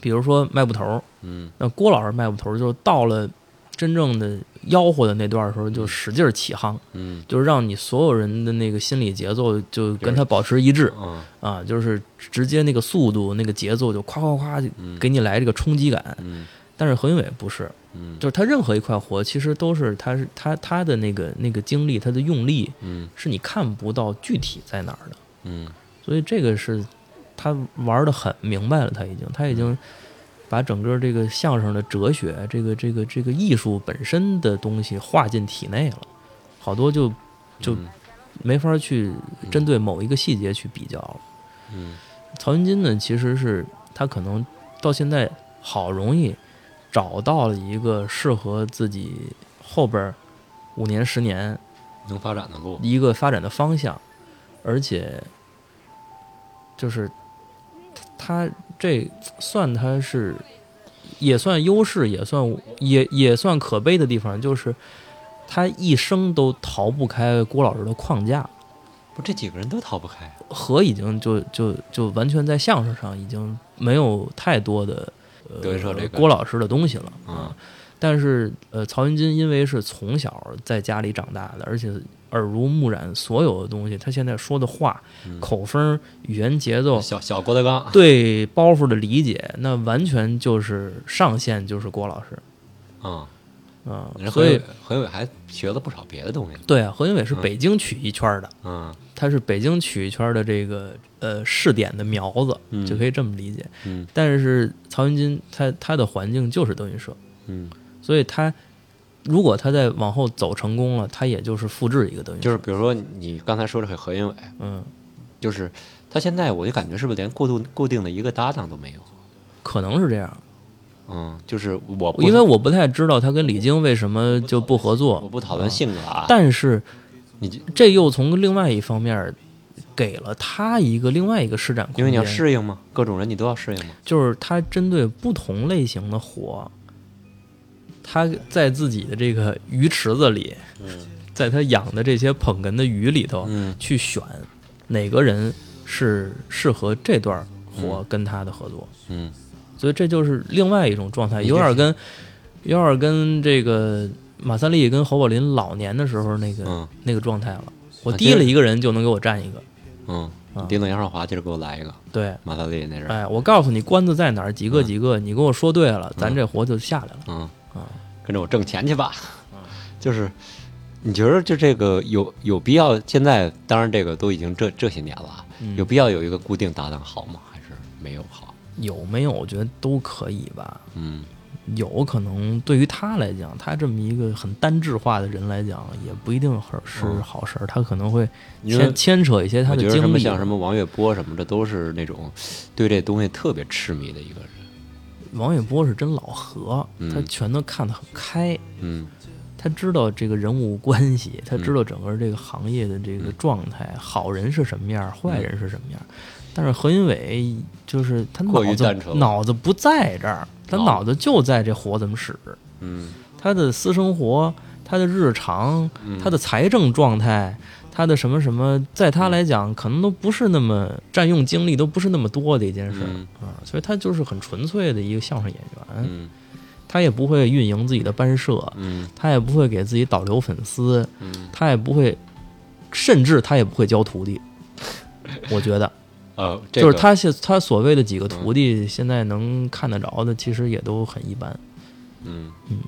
A: 比如说卖布头儿，
B: 嗯
A: 那郭老师卖布头儿就是到了真正的吆喝的那段儿的时候，就使劲儿起夯，
B: 嗯
A: 就是让你所有人的那个心理节奏就跟他保持一致
B: 嗯
A: 啊，就是直接那个速度、那个节奏就夸夸夸就
B: 嗯
A: 给你来这个冲击感。
B: 嗯
A: 但是何云伟不是，
B: 嗯
A: 就是他任何一块活，其实都是他是他他的那个那个精力，他的用力
B: 嗯
A: 是你看不到具体在哪儿的，
B: 嗯
A: 所以这个是他玩的很明白了，他已经他已经把整个这个相声的哲学，这个这个这个艺术本身的东西化进体内了，好多就就没法去针对某一个细节去比较了。
B: 嗯
A: 曹云金呢，其实是他可能到现在好容易找到了一个适合自己后边儿五年、十年
B: 能发展的路，
A: 一个发展的方向，而且就是他这算他是也算优势，也算也也算可悲的地方，就是他一生都逃不开郭老师的框架。
B: 不这几个人都逃不开，啊
A: 和已经就就就完全在相声上已经没有太多的呃
B: 德云社这个
A: 郭老师的东西了
B: 嗯
A: 啊。但是呃，曹云金因为是从小在家里长大的，而且耳濡目染所有的东西，他现在说的话、口风、语言节奏、
B: 嗯小小郭德纲，啊
A: 对包袱的理解，那完全就是上限就是郭老师
B: 嗯，
A: 啊。
B: 人何
A: 所以
B: 伟何伟还学了不少别的东西，
A: 对啊，何云伟是北京曲艺圈的，
B: 嗯
A: 他是北京曲艺圈的这个呃试点的苗子，
B: 嗯
A: 就可以这么理解。
B: 嗯
A: 但是曹云金他他的环境就是德云社，
B: 嗯，
A: 所以他如果他再往后走成功了，他也就是复制一个德云社，
B: 就是比如说你刚才说这个何云伟，
A: 嗯，
B: 就是他现在我就感觉是不是连固定固定的一个搭档都没有？
A: 可能是这样，
B: 嗯，就是我不
A: 因为我不太知道他跟李菁为什么就不合
B: 我
A: 作，
B: 不讨论性格啊，
A: 但是
B: 你就
A: 这又从另外一方面。给了他一个另外一个施展空间，
B: 因为你要适应嘛，各种人你都要适应嘛。
A: 就是他针对不同类型的火，他在自己的这个鱼池子里，在他养的这些捧哏的鱼里头，
B: 嗯
A: 去选哪个人是适合这段火跟他的合作，
B: 嗯
A: 所以这就是另外一种状态，
B: 你这
A: 有点跟有点跟这个马三立跟侯宝林老年的时候那个、
B: 嗯
A: 那个状态了。我
B: 啊
A: 提
B: 这
A: 了一个人就能给我占一个，
B: 嗯，你
A: 啊
B: 叮咚杨少华，今儿给我来一个
A: 对，
B: 马大力那是，
A: 哎，我告诉你关子在哪儿，几个几个，你给我说对了，咱这活就下来了。
B: 嗯
A: 啊，
B: 跟着我挣钱去吧。
A: 嗯
B: 就是你觉得就这个有有必要？现在当然这个都已经这这些年了啊，
A: 嗯
B: 有必要有一个固定搭档好吗？还是没有好？
A: 有没有？我觉得都可以吧。
B: 嗯
A: 有可能对于他来讲，他这么一个很单质化的人来讲，也不一定很是好事儿。他可能会
B: 因为
A: 牵牵扯一些他
B: 嗯我
A: 的
B: 觉得什
A: 经
B: 么
A: 历。啊
B: 像什么王月波什么的，都是那种对这东西特别痴迷的一个人。
A: 王玥波是真老何，
B: 嗯
A: 他全都看得很开，
B: 嗯
A: 他知道这个人物关系，他知道整个这个行业的这个
B: 嗯
A: 状态，好人是什么样，坏人是什么样。但是何云伟就是他
B: 过于
A: 脑
B: 单
A: 子
B: 纯了
A: 脑子不在这儿，他
B: 哦
A: 脑子就在这活怎么使。
B: 嗯嗯
A: 他的私生活、他的日常、他的财政状态、他的什么什么，在他来
B: 嗯
A: 讲，可能都不是那么占用精力，都不是那么多的一件事儿
B: 嗯
A: 啊、所以他就是很纯粹的一个相声演员，
B: 嗯
A: 他也不会运营自己的班社，
B: 嗯
A: 他也不会给自己导流粉丝，
B: 嗯
A: 他也不会，甚至他也不会教徒 弟。我觉得，
B: 呃，这
A: 就是
B: 个
A: 他现他所谓的几个徒弟，现在能看得着的，其实也都很一般，
B: 嗯嗯，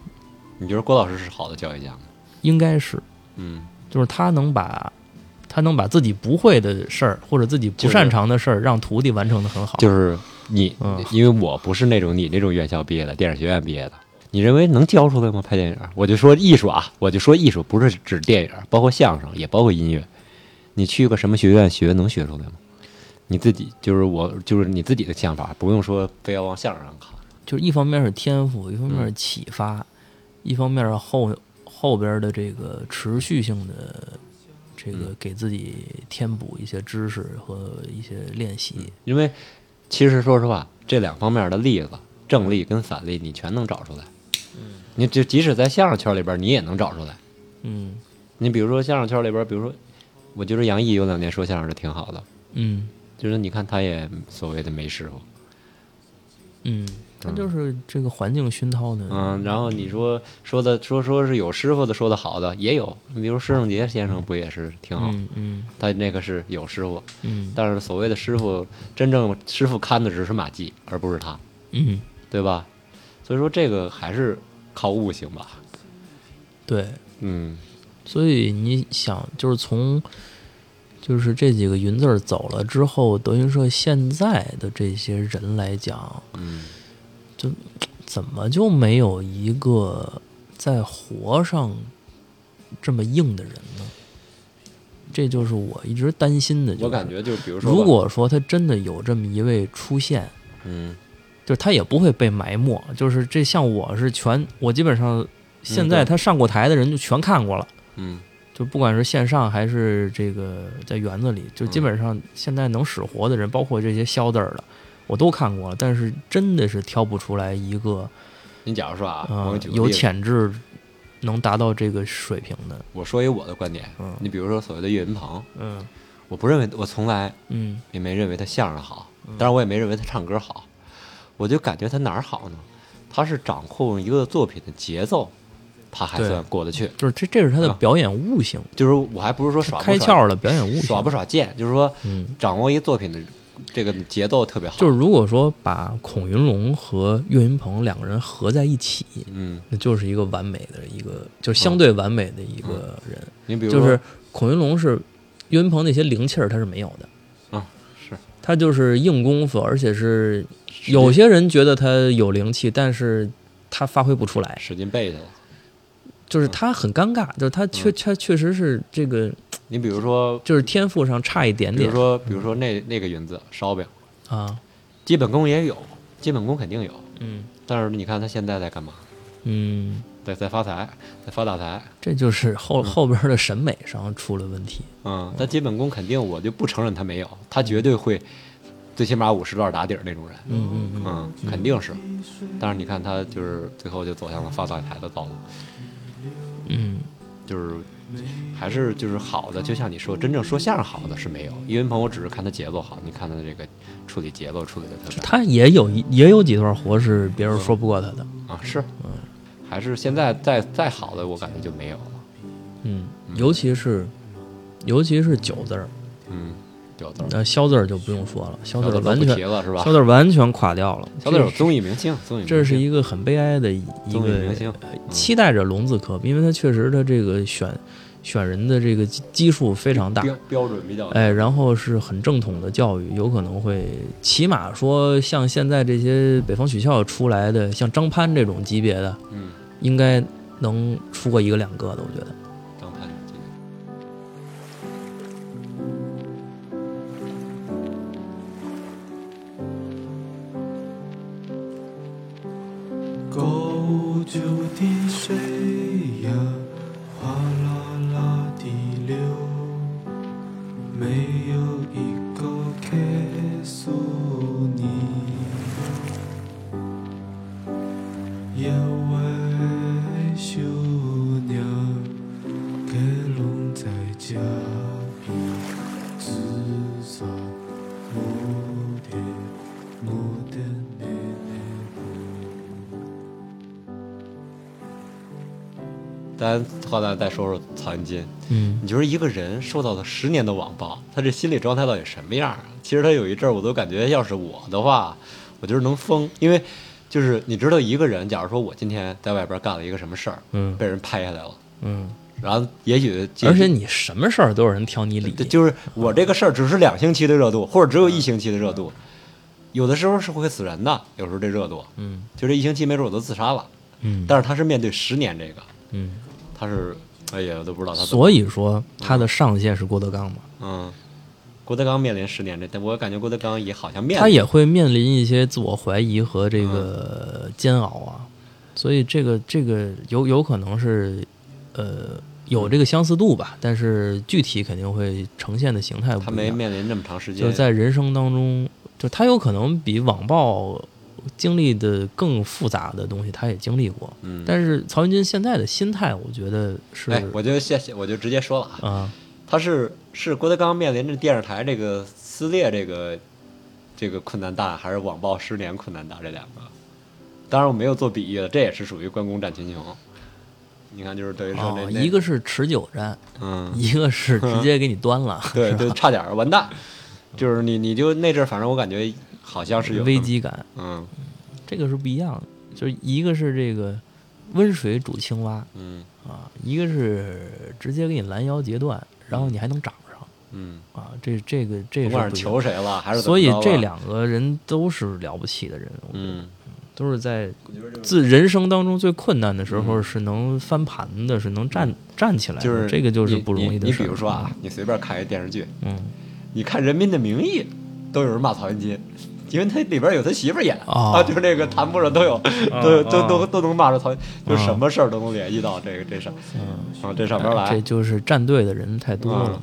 B: 你觉得郭老师是好的教育家吗？
A: 应该是，
B: 嗯，
A: 就是他能把。他能把自己不会的事儿或者自己不
B: 就是
A: 擅长的事儿，让徒弟完成的很好。
B: 就是你
A: 啊嗯，
B: 因为我不是那种你那种院校毕业的，电影学院毕业的。你认为能教出来吗？拍电影，我就说艺术啊，我就说艺术不是指电影， 包括相声，也包括音乐。你去个什么学院学，能学出来吗？你自己就是我，就是你自己的想法，不用说非要往相声上看。
A: 就是一方面是天赋，一方面是启发，一方面是后后边的这个持续性的这个给自己填补一些知识和一些练习。
B: 因为其实说实话，这两方面的例子，正例跟反例，你全能找出来。嗯，你就即使在相声圈里边，你也能找出来。
A: 嗯
B: 你比如说相声圈里边，比如说，我觉得杨毅有两年说相声的挺好的，
A: 嗯
B: 就是你看他也所谓的没师傅，
A: 嗯，它就是这个环境熏陶的。
B: 嗯，然后你说说的说说是有师傅的说的好的也有，你比如施正杰先生不也是挺好，
A: 嗯嗯
B: 他那个是有师傅，
A: 嗯
B: 但是所谓的师傅，真正师傅看的只是马季，而不是他。
A: 嗯，
B: 对吧？所以说这个还是靠悟性吧。
A: 对。
B: 嗯
A: 所以你想，就是从就是这几个云字儿走了之后，德云社现在的这些人来讲，
B: 嗯
A: 就怎么就没有一个在活上这么硬的人呢？这就是我一直担心的、就是。
B: 我感，觉就比如说吧，
A: 如果说他真的有这么一位出现，
B: 嗯
A: 就是他也不会被埋没。就是这像我是全，我基本上现在
B: 嗯对
A: 他上过台的人就全看过了。
B: 嗯
A: 就不管是线上还是这个在园子里，就
B: 嗯
A: 基本上现在能使活的人，包括这些消字儿的，我都看过了，但是真的是挑不出来一个
B: 你假如说啊，我
A: 呃
B: 给你举个
A: 有
B: 例子，
A: 潜质能达到这个水平的。
B: 我说一我的观点，
A: 嗯
B: 你比如说所谓的岳云鹏，
A: 嗯
B: 我不认为，我从来
A: 嗯
B: 也没认为他相声好，当然我也没认为他唱歌好，我就感觉他哪儿好呢？他是掌控一个作品的节奏，他还
A: 对
B: 算过得去。
A: 就是这这是他的
B: 啊
A: 表演悟性，
B: 就是我还不是说耍不
A: 开
B: 耍
A: 窍了表演悟性。
B: 耍不耍贱，就是说
A: 嗯
B: 掌握一作品的这个节奏特别好。
A: 就是如果说把孔云龙和岳云鹏两个人合在一起，
B: 嗯，
A: 那就是一个完美的一个，就是相对完美的一个人。
B: 你嗯比如说
A: 就是孔云龙是岳云鹏那些灵气儿他是没有的，
B: 啊是。
A: 他就是硬功夫，而且是有些人觉得他有灵气，但是他发挥不出来，
B: 使劲背去了。
A: 就是他很尴尬，就是他
B: 嗯
A: 确他确实是这个
B: 你比如说，
A: 就是天赋上差一点
B: 比
A: 点
B: 如说，比如说那那个云字烧饼，
A: 啊，
B: 基本功也有，基本功肯定有。
A: 嗯
B: 但是你看他现在在干嘛？
A: 嗯，
B: 在在发财，在发大财。
A: 这就是后后边的审美上出了问题，
B: 嗯，他基本功肯定，我就不承认他没有，他绝对会，最起码五十段打底儿那种人。
A: 嗯嗯嗯，
B: 嗯，肯定是。但是你看他就是最后就走向了发大财的道路。
A: 嗯，
B: 就是还是就是好的，就像你说，真正说相声好的是没有。岳云鹏，我只是看他节奏好，你看他这个处理节奏处理的特别好。
A: 他也有一也有几段活是别人说不过他嗯的，
B: 啊，是，还是现在再再好的，我感觉就没有了。
A: 嗯，尤其是尤其是九字儿，
B: 嗯，有字儿，
A: 那肖字儿就不用说了，肖字儿
B: 小字儿
A: 完
B: 都不提
A: 全
B: 了是吧
A: 肖？字儿完全垮掉了。
B: 小字儿有综艺明星，综艺明
A: 嗯
B: 星
A: 这是一个很悲哀的一一
B: 综艺明
A: 个呃
B: 星，嗯
A: 期待着龙字科，因为他确实他这个选选人的这个基基数非常大，
B: 标标准比较
A: 哎，然后是很正统的教育，有可能会起码说像现在这些北方曲校出来的，像张潘这种级别的，
B: 嗯，
A: 应该能出过一个两个的，我觉得。
B: 张潘这个
F: 构筑的水呀，哗啦啦地流，没有一个结束你，因为姑娘，给龙在家。
B: 咱后来再说说曹云金，
A: 嗯
B: 你觉得一个人受到了十年的网暴，他这心理状态到底什么样啊？其实他有一阵儿，我都感觉要是我的话，我就是能疯，因为就是你知道一个人，假如说我今天在外边干了一个什么事儿，
A: 嗯
B: 被人拍下来了，
A: 嗯，
B: 然后也许
A: 而且你什么事儿都有人挑你理，
B: 对，就是我这个事儿只是两星期的热度，或者只有一星期的热度，有的时候是会死人的，有时候这热度，
A: 嗯
B: 就这一星期没准我都自杀了，
A: 嗯
B: 但是他是面对十年这个，
A: 嗯，
B: 他是哎呀，我都不知道他怎么
A: 所以说他的上限是郭德纲嘛，
B: 嗯，郭德纲面临十年这，但我感觉郭德纲也好像面
A: 他也会面临一些自我怀疑和这
B: 嗯
A: 个煎熬啊，所以这个这个有有可能是呃有这个相似度吧，但是具体肯定会呈现的形态
B: 他
A: 不一
B: 没
A: 样，
B: 面临那么长时间，
A: 就是在人生当中，就他有可能比网暴经历的更复杂的东西，他也经历过，
B: 嗯，
A: 但是曹云金现在的心态，我觉得是
B: 哎，我就谢谢，我就直接说了啊，
A: 啊，
B: 他是是郭德纲面临着电视台这个撕裂这个这个困难大，还是网暴失联困难大这两个？当然我没有做比喻了，这也是属于关公战秦琼。你看，就是等于说那、
A: 哦
B: 那
A: 一个是持久战，
B: 嗯，
A: 一个是直接给你端了，
B: 对，就差点儿完蛋，就是你你就那阵儿，反正我感觉好像是有
A: 危
B: 那么，
A: 机感，
B: 嗯
A: 这个是不一样的。就是一个是这个温水煮青蛙
B: 嗯
A: 啊，一个是直接给你拦腰截断，然后你还能长上
B: 嗯，
A: 啊，这这个这
B: 不
A: 是
B: 管
A: 不
B: 是
A: 一
B: 求
A: 样
B: 谁了，还是怎
A: 所
B: 么
A: 以
B: 着
A: 这
B: 吧
A: 两个人都是了不起的人，我觉得
B: 嗯
A: 都是在自人生当中最困难的时候是能翻盘的，是能站站起来的，
B: 嗯就是
A: 这个就是
B: 你
A: 不容易的
B: 你。你
A: 事
B: 比
A: 儿。
B: 如说啊，你随便看一电视剧，
A: 嗯，
B: 你看《人民的名义》，都有人骂曹云金，因为他里边有他媳妇儿演、
A: 哦
B: 啊，就是那个弹幕上都有，
A: 啊
B: 都有都都都能骂着曹云，就是
A: 哦
B: 什么事儿都能联系到这个这上，啊这上边
A: 哎这
B: 来。
A: 就是站队的人太多了嘛。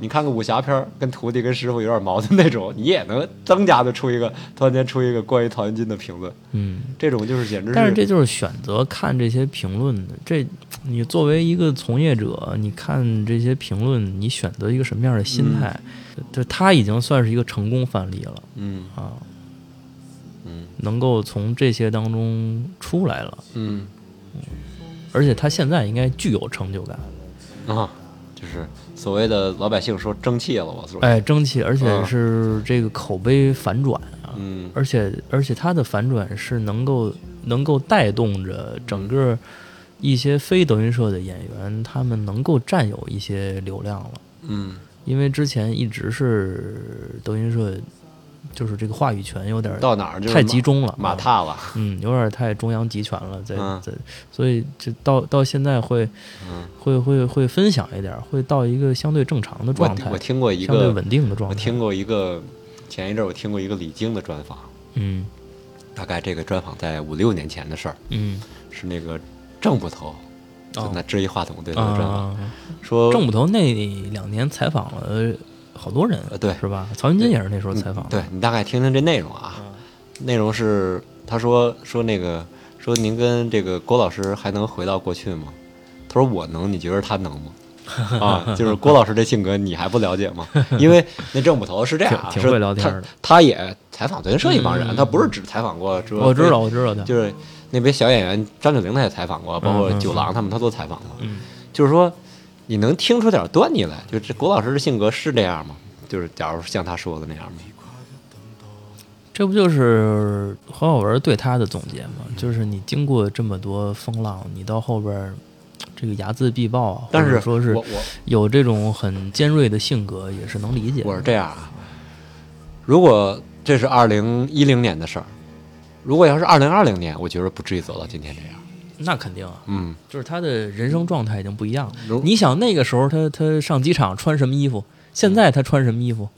B: 你看个武侠片儿，跟徒弟跟师傅有点矛盾那种，你也能增加的出一个，突然间出一个关于曹云金的评论，
A: 嗯，
B: 这种就是简直
A: 但是这就是选择看这些评论的。这你作为一个从业者，你看这些评论，你选择一个什么样的心态？就他已经算是一个成功范例了
B: 嗯
A: 啊，
B: 嗯
A: 能够从这些当中出来了，
B: 嗯
A: 而且他现在应该具有成就感，
B: 啊，就是所谓的老百姓说争气了，我说
A: 哎，争气，而且
B: 嗯
A: 是这个口碑反转啊，
B: 嗯
A: 而且而且它的反转是能够能够带动着整个一些非德云社的演员，他们能够占有一些流量了，
B: 嗯
A: 因为之前一直是德云社就是这个话语权有点儿
B: 到哪儿就是
A: 太
B: 马
A: 集中了，
B: 马
A: 啊
B: 踏了，
A: 嗯，有点太中央集权了，在
B: 嗯
A: 在，所以就到到现在会
B: 嗯
A: 会会会分享一点儿，会到一个相对正常的状态
B: 我我，听过一
A: 相对
B: 个
A: 稳定的状
B: 我
A: 态。
B: 听过一个，前一阵儿我听过一个李菁的专访，
A: 嗯
B: 大概这个专访在五六年前的事儿，
A: 嗯
B: 是那个郑捕头，就
A: 哦
B: 那支一话筒对他的专访，
A: 啊，
B: 说
A: 郑捕头那两年采访了好多人
B: 呃，对嗯
A: 是吧？曹云金也是那时候采访的，
B: 对你大概听听这内容啊，内容是他说说那个说您跟这个郭老师还能回到过去吗？他说我能，你觉得他能 吗？啊，就是郭老师这性格你还不了解吗？因为那郑捕头是这样啊，
A: 挺挺会
B: 是
A: 聊天
B: 他
A: 的
B: 他也采访德云社一帮人，
A: 嗯
B: 他不是只采访过说
A: 我知道，我知道的，
B: 就是那边小演员张九龄他也采访过，包括
A: 嗯嗯嗯
B: 九郎他们他都采访过。
A: 嗯
B: 就是说，你能听出点端倪来，就这郭老师的性格是这样吗？就是假如像他说的那样吗？
A: 这不就是黄晓文对他的总结吗？
B: 嗯
A: 就是你经过这么多风浪，你到后边儿这个睚眦必报啊，
B: 但
A: 或
B: 是
A: 者说是
B: 我我
A: 有这种很尖锐的性格，也是能理解的。
B: 我是这样啊，如果这是二零一零年的事儿，如果要是二零二零年，我觉得不至于走到今天这样。
A: 那肯定啊，
B: 嗯，
A: 就是他的人生状态已经不一样了
B: 如。
A: 你想那个时候他他上机场穿什么衣服，现
B: 嗯
A: 在他穿什么衣服？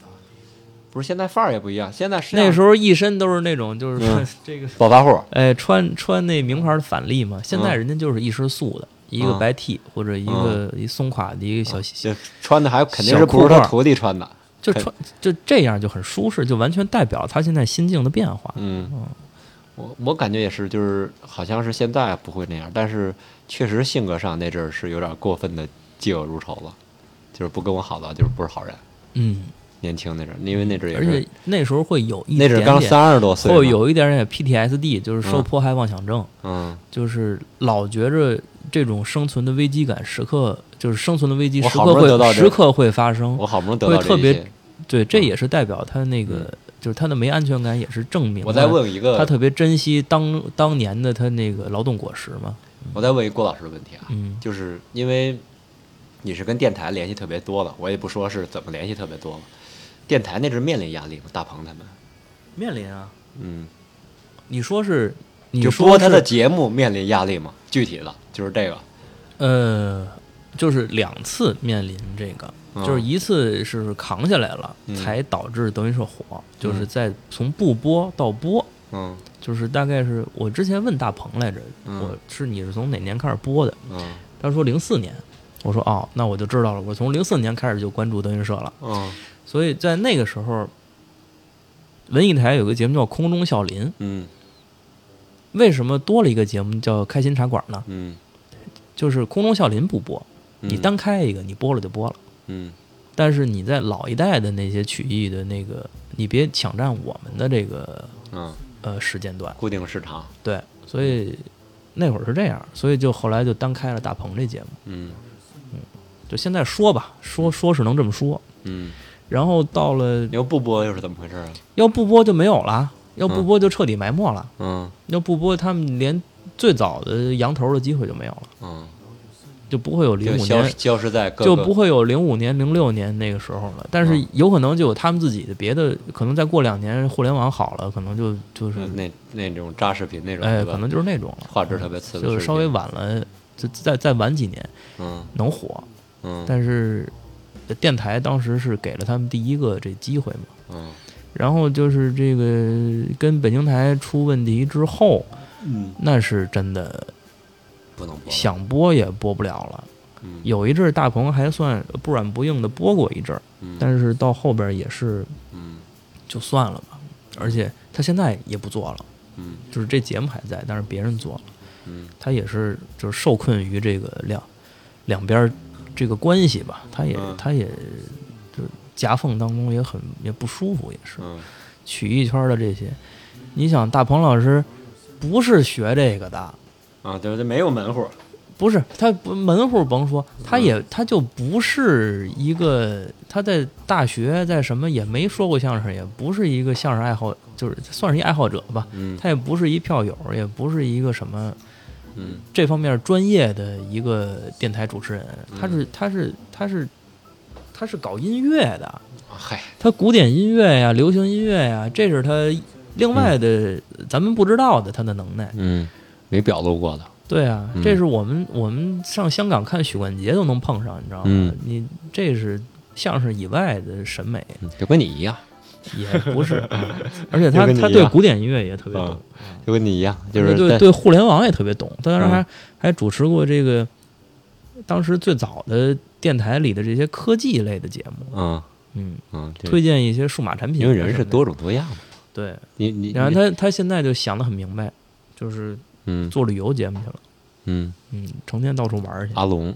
B: 不是现在范儿也不一样，现在是
A: 那时候一身都是那种就是说
B: 嗯
A: 这个。
B: 暴发户，
A: 哎，穿穿那名牌的反例嘛，现在
B: 嗯
A: 人家就是一身素的，一个
B: 嗯
A: 白 T 或者一个、一松垮的一个小西，
B: 就穿的还肯定是不如
A: 小裤
B: 他
A: 褂
B: 徒弟穿的。
A: 就穿就这样就很舒适，就完全代表他现在心境的变化。
B: 嗯，我我感觉也是，就是好像是现在不会那样，但是确实性格上那阵儿是有点过分的嫉恶如仇了，就是不跟我好的就是不是好人。
A: 嗯，
B: 年轻那阵儿，因为那阵儿也
A: 而
B: 是
A: 且那时候会有一
B: 那
A: 点
B: 阵
A: 点
B: 儿刚三十多岁嘛，
A: 会有一点点 PTSD，就是受迫害妄想症，
B: 嗯，
A: 就是老觉着这种生存的危机感时刻，就是生存的危机
B: 我
A: 时
B: 好
A: 刻
B: 不容易得到
A: 会
B: 这
A: 时刻会发生
B: 我。嗯好不容易得到
A: 会
B: 这
A: 特别
B: 些，
A: 对，这也是代表他那个就是他的没安全感，也是证明
B: 嗯我再问一
A: 他
B: 个，
A: 特别珍惜当当年的他那个劳动果实嘛。
B: 我再问一个郭老师的问题啊，
A: 嗯
B: 就是因为你是跟电台联系特别多了，我也不说是怎么联系特别多了，电台那阵儿面临压力吗？大鹏他们，
A: 面临啊，
B: 嗯，
A: 你说是你
B: 就
A: 说
B: 播他
A: 是
B: 的节目面临压力吗？具体的就是这个，
A: 呃，就是两次面临这个，
B: 嗯
A: 就是一次是扛下来了，
B: 嗯
A: 才导致德云社火，就是在从不播到播，
B: 嗯
A: 就是大概是我之前问大鹏来着，
B: 嗯
A: 我是你是从哪年开始播的？
B: 嗯
A: 他说零四年。我说哦，那我就知道了。我从零四年开始就关注德云社了，
B: 嗯
A: 所以在那个时候，文艺台有个节目叫《空中笑林》。
B: 嗯
A: 为什么多了一个节目叫《开心茶馆》呢？
B: 嗯，
A: 就是空中笑林不播，
B: 嗯
A: 你单开一个，你播了就播了。
B: 嗯
A: 但是你在老一代的那些曲艺的那个，你别抢占我们的这个
B: 嗯，
A: 呃时间段，
B: 固定市场，
A: 对，所以那会儿是这样，所以就后来就单开了大鹏这节目，
B: 嗯
A: 就现在说吧，说说是能这么说，
B: 嗯，
A: 然后到了
B: 你要不播又是怎么回事啊？
A: 要不播就没有了，要不播就彻底埋没了，
B: 嗯
A: 要不播他们连最早的羊头的机会就没有了，
B: 嗯，
A: 就不会有
B: 就
A: 零五
B: 消失
A: 年。
B: 消失在各
A: 就
B: 个
A: 不会有零五年、零六年那个时候了，但是
B: 嗯
A: 有可能就有他们自己的别的，可能再过两年互联网好了，可能就就是
B: 嗯那那种扎视频那种，
A: 哎，
B: 对吧
A: 可能就是那种了，嗯
B: 画质特别次的视频，
A: 就是稍微晚了，就再再晚几年
B: 嗯
A: 能火，
B: 嗯
A: 但是呃电台当时是给了他们第一个这机会嘛。
B: 嗯
A: 然后就是这个跟北京台出问题之后，
B: 嗯，
A: 那是真的
B: 不能播了，
A: 想播也播不了了。
B: 嗯
A: 有一阵儿大鹏还算不软不硬的播过一阵儿，
B: 嗯
A: 但是到后边也是
B: 嗯
A: 就算了吧。而且他现在也不做了，
B: 嗯
A: 就是这节目还在，但是别人做了。
B: 嗯
A: 他也是就是受困于这个两两边儿这个关系吧，他也、
B: 嗯
A: 他也就是夹缝当中也很也不舒服，也是
B: 嗯
A: 曲艺圈的这些，你想大鹏老师不是学这个的，
B: 啊，就是没有门户，
A: 不是他不门户甭说，他
B: 嗯
A: 也他就不是一个他在大学在什么也没说过相声，也不是一个相声爱好，就是算是一爱好者吧，
B: 嗯
A: 他也不是一票友，也不是一个什么。
B: 嗯
A: 这方面专业的一个电台主持人，他
B: 嗯
A: 是他是他是他是搞音乐的，
B: 嗨，
A: 他古典音乐呀、流行音乐呀，这是他另外的咱们不知道的他的能耐。
B: 嗯，没表露过的，
A: 对啊
B: 嗯，
A: 这是我们我们上香港看许冠杰都能碰上，你知道吗
B: 嗯？
A: 你这是相声以外的审美，
B: 嗯就跟你一样，
A: 也不 是，而且他
B: 就跟你一
A: 他
B: 样
A: 对古典音乐也特别懂
B: 嗯。，就跟你一样，就是
A: 对
B: 在
A: 对互联网也特别懂，他当时还、
B: 嗯
A: 还主持过这个当时最早的电台里的这些科技类的节目，
B: 嗯
A: 嗯，
B: 嗯，对
A: 推荐一些数码产品啊
B: 因
A: 什么
B: 为
A: 的，
B: 人是多种多样的，
A: 对，
B: 你你
A: 然后
B: 你
A: 他他现在就想的很明白，就是
B: 嗯
A: 做旅游节目去了，
B: 嗯，
A: 嗯，成天到处玩儿去。
B: 阿龙，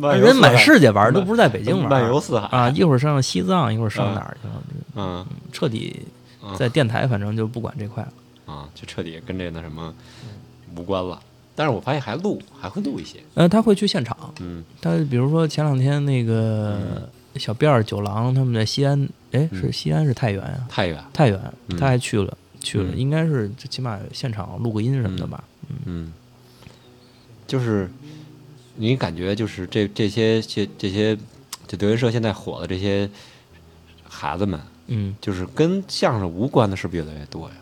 A: 人满世界玩儿，
B: 漫
A: 都不是在北京玩儿。
B: 漫游四海
A: 啊，一会儿上西藏，一会儿上哪儿去了，
B: 嗯
A: 彻底
B: 嗯
A: 在电台，反正就不管这块了。
B: 啊，就彻底跟这那什么无关了。但是我发现还录，还会录一些，
A: 呃，他会去现场，
B: 嗯
A: 他比如说前两天那个小辫儿九郎他们在西安，哎，是西安是太原啊，
B: 太远，
A: 太原
B: 嗯
A: 他还去了，去了，
B: 嗯
A: 应该是最起码现场录个音什么的吧。
B: 嗯，就是你感觉就是这这些这这些就德云社现在火的这些孩子们，
A: 嗯，
B: 就是跟相声无关的，是不是越来越多呀？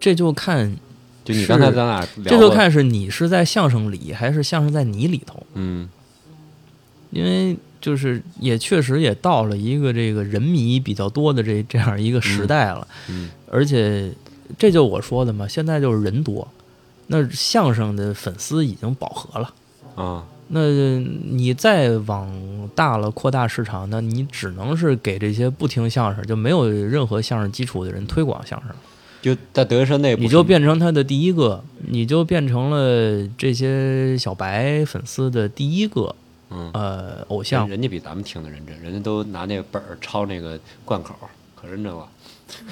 A: 这就看，
B: 就你
A: 是
B: 刚才咱俩聊，
A: 这就，看是你是在相声里还是相声在你里头，
B: 嗯
A: 因为就是也确实也到了一个这个人迷比较多的这这样一个时代了，
B: 嗯
A: 而且这就我说的嘛，现在就是人多，那相声的粉丝已经饱和了。
B: 啊，
A: 那你再往大了扩大市场，那你只能是给这些不听相声就没有任何相声基础的人推广相声，
B: 就在德云社内部，
A: 你就变成他的第一个，你就变成了这些小白粉丝的第一个
B: 嗯
A: 呃偶像
B: 人人家比咱们听的认真，人家都拿那个本儿抄那个贯口，可认真了。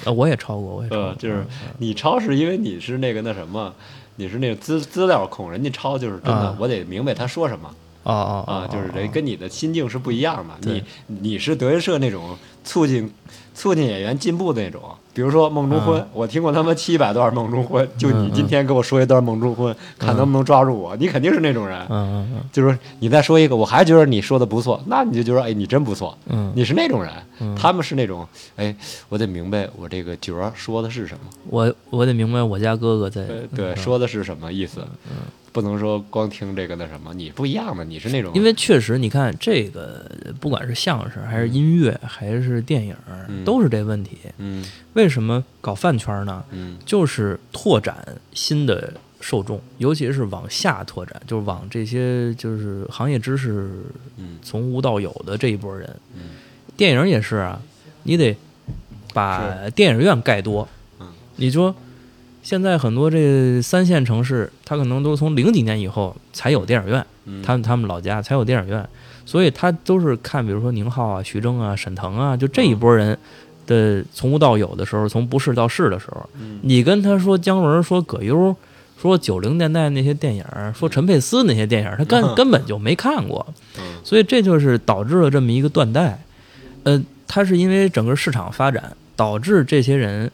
A: 呃，我也抄过，我也抄过，嗯
B: 呃，就是你抄是因为你是那个那什么，你是那个资资料控，人家抄就是真的
A: 啊，
B: 我得明白他说什么
A: 啊啊
B: 啊，就是
A: 这
B: 人跟你的心境是不一样的。
A: 对
B: 你你是德云社那种促进促进演员进步的那种，比如说《梦中婚》
A: 啊
B: 我听过他妈七百段《梦中婚》，就
A: 嗯
B: 你今天给我说一段《梦中婚》，看能不能抓住我，你肯定是那种人。
A: 嗯嗯
B: 就是说你再说一个，我还觉得你说的不错，那你就觉得哎，你真不错。
A: 嗯嗯，
B: 你是那种人，
A: 嗯
B: 他们是那种，哎，我得明白我这个角儿说的是什么，
A: 我我得明白我家哥哥在
B: 呃，对，
A: 嗯
B: 说的是什么意思，不能说光听这个那什么，你不一样的，你是那种，
A: 因为确实，你看这个，不管是相声还是音乐还是电影，
B: 嗯
A: 都是这问题。
B: 嗯
A: 为什么搞饭圈呢？
B: 嗯
A: 就是拓展新的受众，尤其是往下拓展，就是往这些就是行业知识
B: 嗯
A: 从无到有的这一波人。
B: 嗯
A: 电影也是啊，你得把电影院盖多。
B: 嗯
A: 你说现在很多这三线城市，它可能都是从零几年以后才有电影院。
B: 嗯，
A: 他们他们老家才有电影院，所以他都是看，比如说宁浩啊、徐峥啊、沈腾啊，就这
B: 嗯
A: 一波人的从无到有的时候，从不是到是的时候，
B: 嗯
A: 你跟他说姜文、说葛优、说九零年代那些电影，说陈佩斯那些电影，他根
B: 嗯
A: 根本就没看过，
B: 嗯
A: 所以这就是导致了这么一个断代。呃，它是因为整个市场发展导致这些人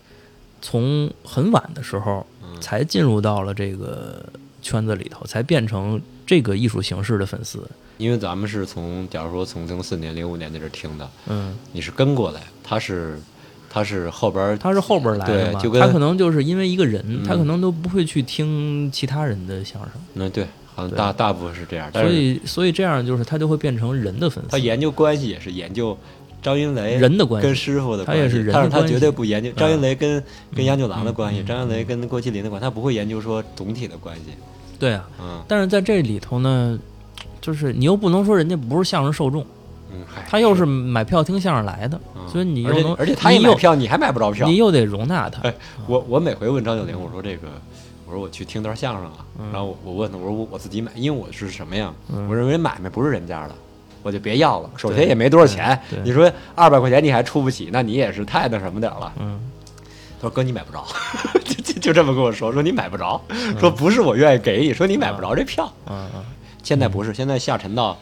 A: 从很晚的时候
B: 嗯
A: 才进入到了这个圈子里头，才变成这个艺术形式的粉丝。
B: 因为咱们是从，假如说从零四年、零五年那阵儿听的，
A: 嗯，
B: 你是跟过来，他是他是后边儿
A: 他是后边来的嘛，
B: 对就跟
A: 他可能就是因为一个人，
B: 嗯
A: 他可能都不会去听其他人的相声，
B: 嗯对，好像
A: 对
B: 大大部分是这样，但
A: 所
B: 是
A: 以所以这样就是他就会变成人的粉丝。
B: 他研究关系也是研究张云雷
A: 人的关系
B: 跟师傅的
A: 他
B: 关系，
A: 也是人的
B: 但是他
A: 关系
B: 绝对不研究张云雷跟、跟杨九郎的
A: 嗯
B: 关系，
A: 嗯
B: 张云雷跟郭麒麟的关系，他不会研究说总体的关系。
A: 对啊，
B: 嗯
A: 但是在这里头呢，就是你又不能说人家不是相声受众，
B: 嗯，嗨
A: 他又是买票听相声来的，
B: 嗯
A: 所以你
B: 而
A: 又
B: 且
A: 能
B: 而且他也
A: 你
B: 买
A: 又
B: 票，你还买不着票
A: 你。又得容纳他
B: 哎。我我每回问张九龄，我说这个，我说我去听段相声啊，
A: 嗯
B: 然后我我问他，我说我我自己买，因为我是什么呀？我认为买卖不是人家的。我就别要了，首先
A: 对
B: 也没多少钱
A: 对。对
B: 你说二百块钱你还出不起，那你也是太那什么点儿了。
A: 嗯，
B: 他说：“哥，你买不着。” 就就就这么跟我说，说你买不着，说不是我愿意给你，说你买不着这票。
A: 嗯嗯
B: 现在不是，现在下沉到，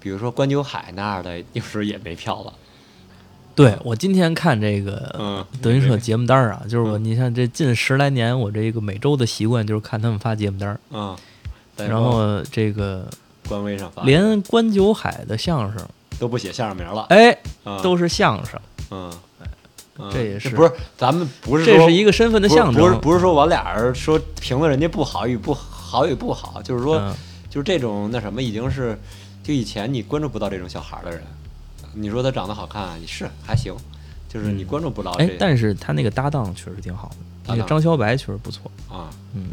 B: 比如说关九海那样的，有时候也没票了。
A: 对我今天看这个
B: 嗯
A: 德云社节目单儿啊，就是我你看这近十来年，我这个每周的习惯就是看他们发节目单儿，
B: 嗯，在
A: 然后这个
B: 官微上发，
A: 连关九海的相声，
B: 都不写相声名了，
A: 哎，
B: 嗯
A: 都是相声，
B: 嗯，嗯
A: 哎这也是
B: 不是咱们不是
A: 这
B: 说
A: 是一个身份的
B: 不是
A: 象征。
B: 不是不是说我俩人说评论人家不好与不好与不好，就是说、
A: 嗯
B: 就是这种那什么已经是，就以前你关注不到这种小孩儿的人，你说他长得好看啊是还行，就是你关注不到这
A: 哎，但是他那个搭档确实挺好的，那
B: 搭档
A: 个张小白确实不错，
B: 啊
A: 嗯，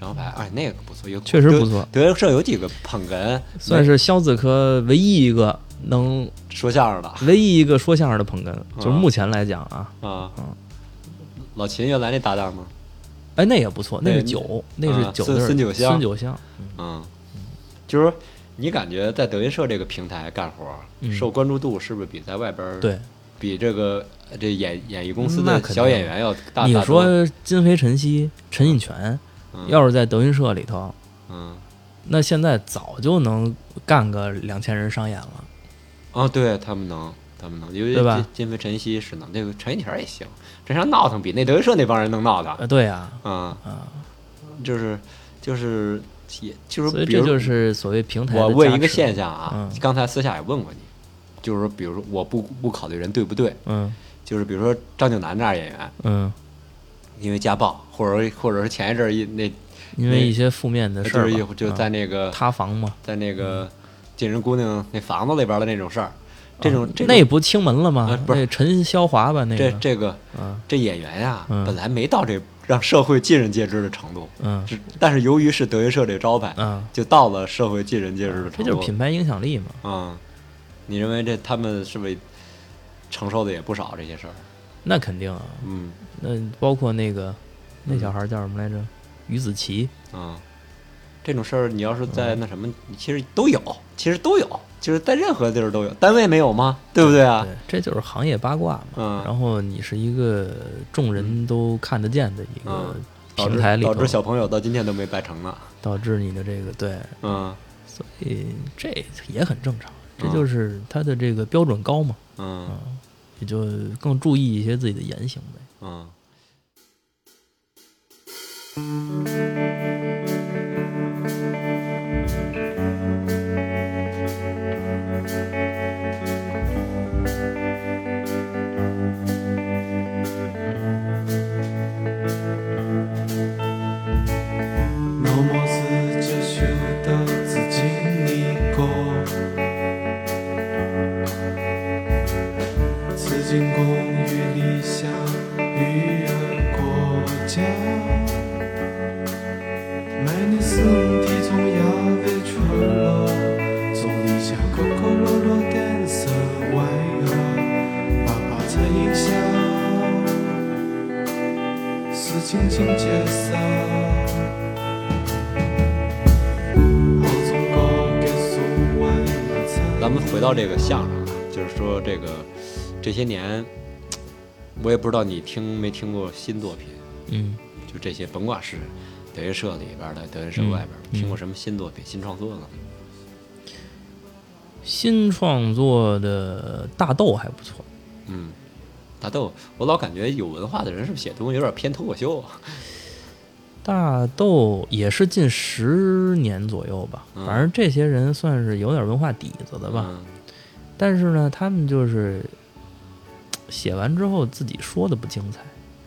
B: 张白哎那个不错，有
A: 确实不错
B: 德德云社有几个捧哏
A: 算是肖子科唯一一个能
B: 说相声的
A: 唯一一个说相声的捧哏，就是目前来讲啊，
B: 啊
A: 嗯。
B: 老秦原来那搭档呢？
A: 哎，那也不错，那是
B: 对
A: 九，那是
B: 啊
A: 九
B: 孙
A: 字儿
B: 孙九香
A: 孙九香，
B: 嗯，就是说你感觉在德云社这个平台干活儿，
A: 嗯
B: 受关注度是不是比在外边儿
A: 对。
B: 比这个呃这演演艺公司
A: 那
B: 的
A: 肯定
B: 小演员要大
A: 你
B: 大多？
A: 说金飞、晨曦、陈印泉，
B: 嗯
A: 要是在德云社里头，
B: 嗯
A: 那现在早就能干个两千人商演了。
B: 啊，对他们能，他们能，因为
A: 对吧
B: 金金飞、晨曦是能，那个陈一田也行，陈翔闹腾比那德云社那帮人能闹
A: 呃，
B: 腾，
A: 对啊，
B: 嗯
A: 啊，
B: 就是就是也就是，
A: 所以
B: 比
A: 这
B: 如
A: 就是所谓平台的
B: 我问一个
A: 加持
B: 现，象啊
A: 嗯，
B: 刚才私下也问过你，就是说，比如说我不不考虑人对不对，
A: 嗯
B: 就是比如说张九南这样演员，
A: 嗯，
B: 因为家暴，或者或者是前一阵儿一那
A: 因为一些负面的事
B: 就
A: 儿
B: 是
A: 吧
B: 一就
A: 嗯
B: 在那个
A: 塌房嘛，
B: 在那个进人姑娘那房子里边的那种事儿，这种这
A: 嗯那
B: 种
A: 不清门了吗
B: 啊？不是
A: 那陈霄华吧？那
B: 这
A: 个，
B: 这个
A: 嗯
B: 这演员呀，
A: 嗯
B: 本来没到这让社会尽人皆知的程度，
A: 嗯
B: 只但是由于是德云社这招牌，
A: 嗯，
B: 就到了社会尽人皆知的
A: 这
B: 程
A: 就
B: 度。
A: 是品牌影响力嘛。
B: 嗯，你认为这他们是不是承受的也不少这些事儿？
A: 那肯定啊，
B: 嗯
A: 那包括那个那小孩叫什么来着？于子淇，
B: 嗯这种事儿，你要是在那什么，其实都有，其实都有，就是在任何地儿都有。单位没有吗？对不对啊？
A: 对，这就是行业八卦嘛。
B: 嗯
A: 然后你是一个众人都看得见的一个
B: 嗯导
A: 平
B: 致
A: 台里头，
B: 导致小朋友到今天都没拜成呢。
A: 导致你的这个对，
B: 嗯
A: 所以这也很正常，这
B: 嗯
A: 就是他的这个标准高嘛，
B: 嗯
A: 也就更注意一些自己的言行呗。
B: 嗯。
F: 默默自着修的自己逆过，紫金宫与理想与儿国家，每年四体从亚维出落，从一家可可落落 dancer 外儿，爸爸才影响，事情情节散。
B: 咱们回到这个相声啊，就是说这个这些年，我也不知道你听没听过新作品，
A: 嗯
B: 就这些，甭管是德云社里边的、德云社外边的，
A: 嗯
B: 听过什么新作品、新创作呢？
A: 新创作的大豆还不错，
B: 嗯，大豆，我老感觉有文化的人是不是写东西有点偏脱口秀啊？
A: 大豆也是近十年左右吧，
B: 嗯
A: 反正这些人算是有点文化底子的吧。但是呢，他们就是嘖写完之后自己说的不精彩，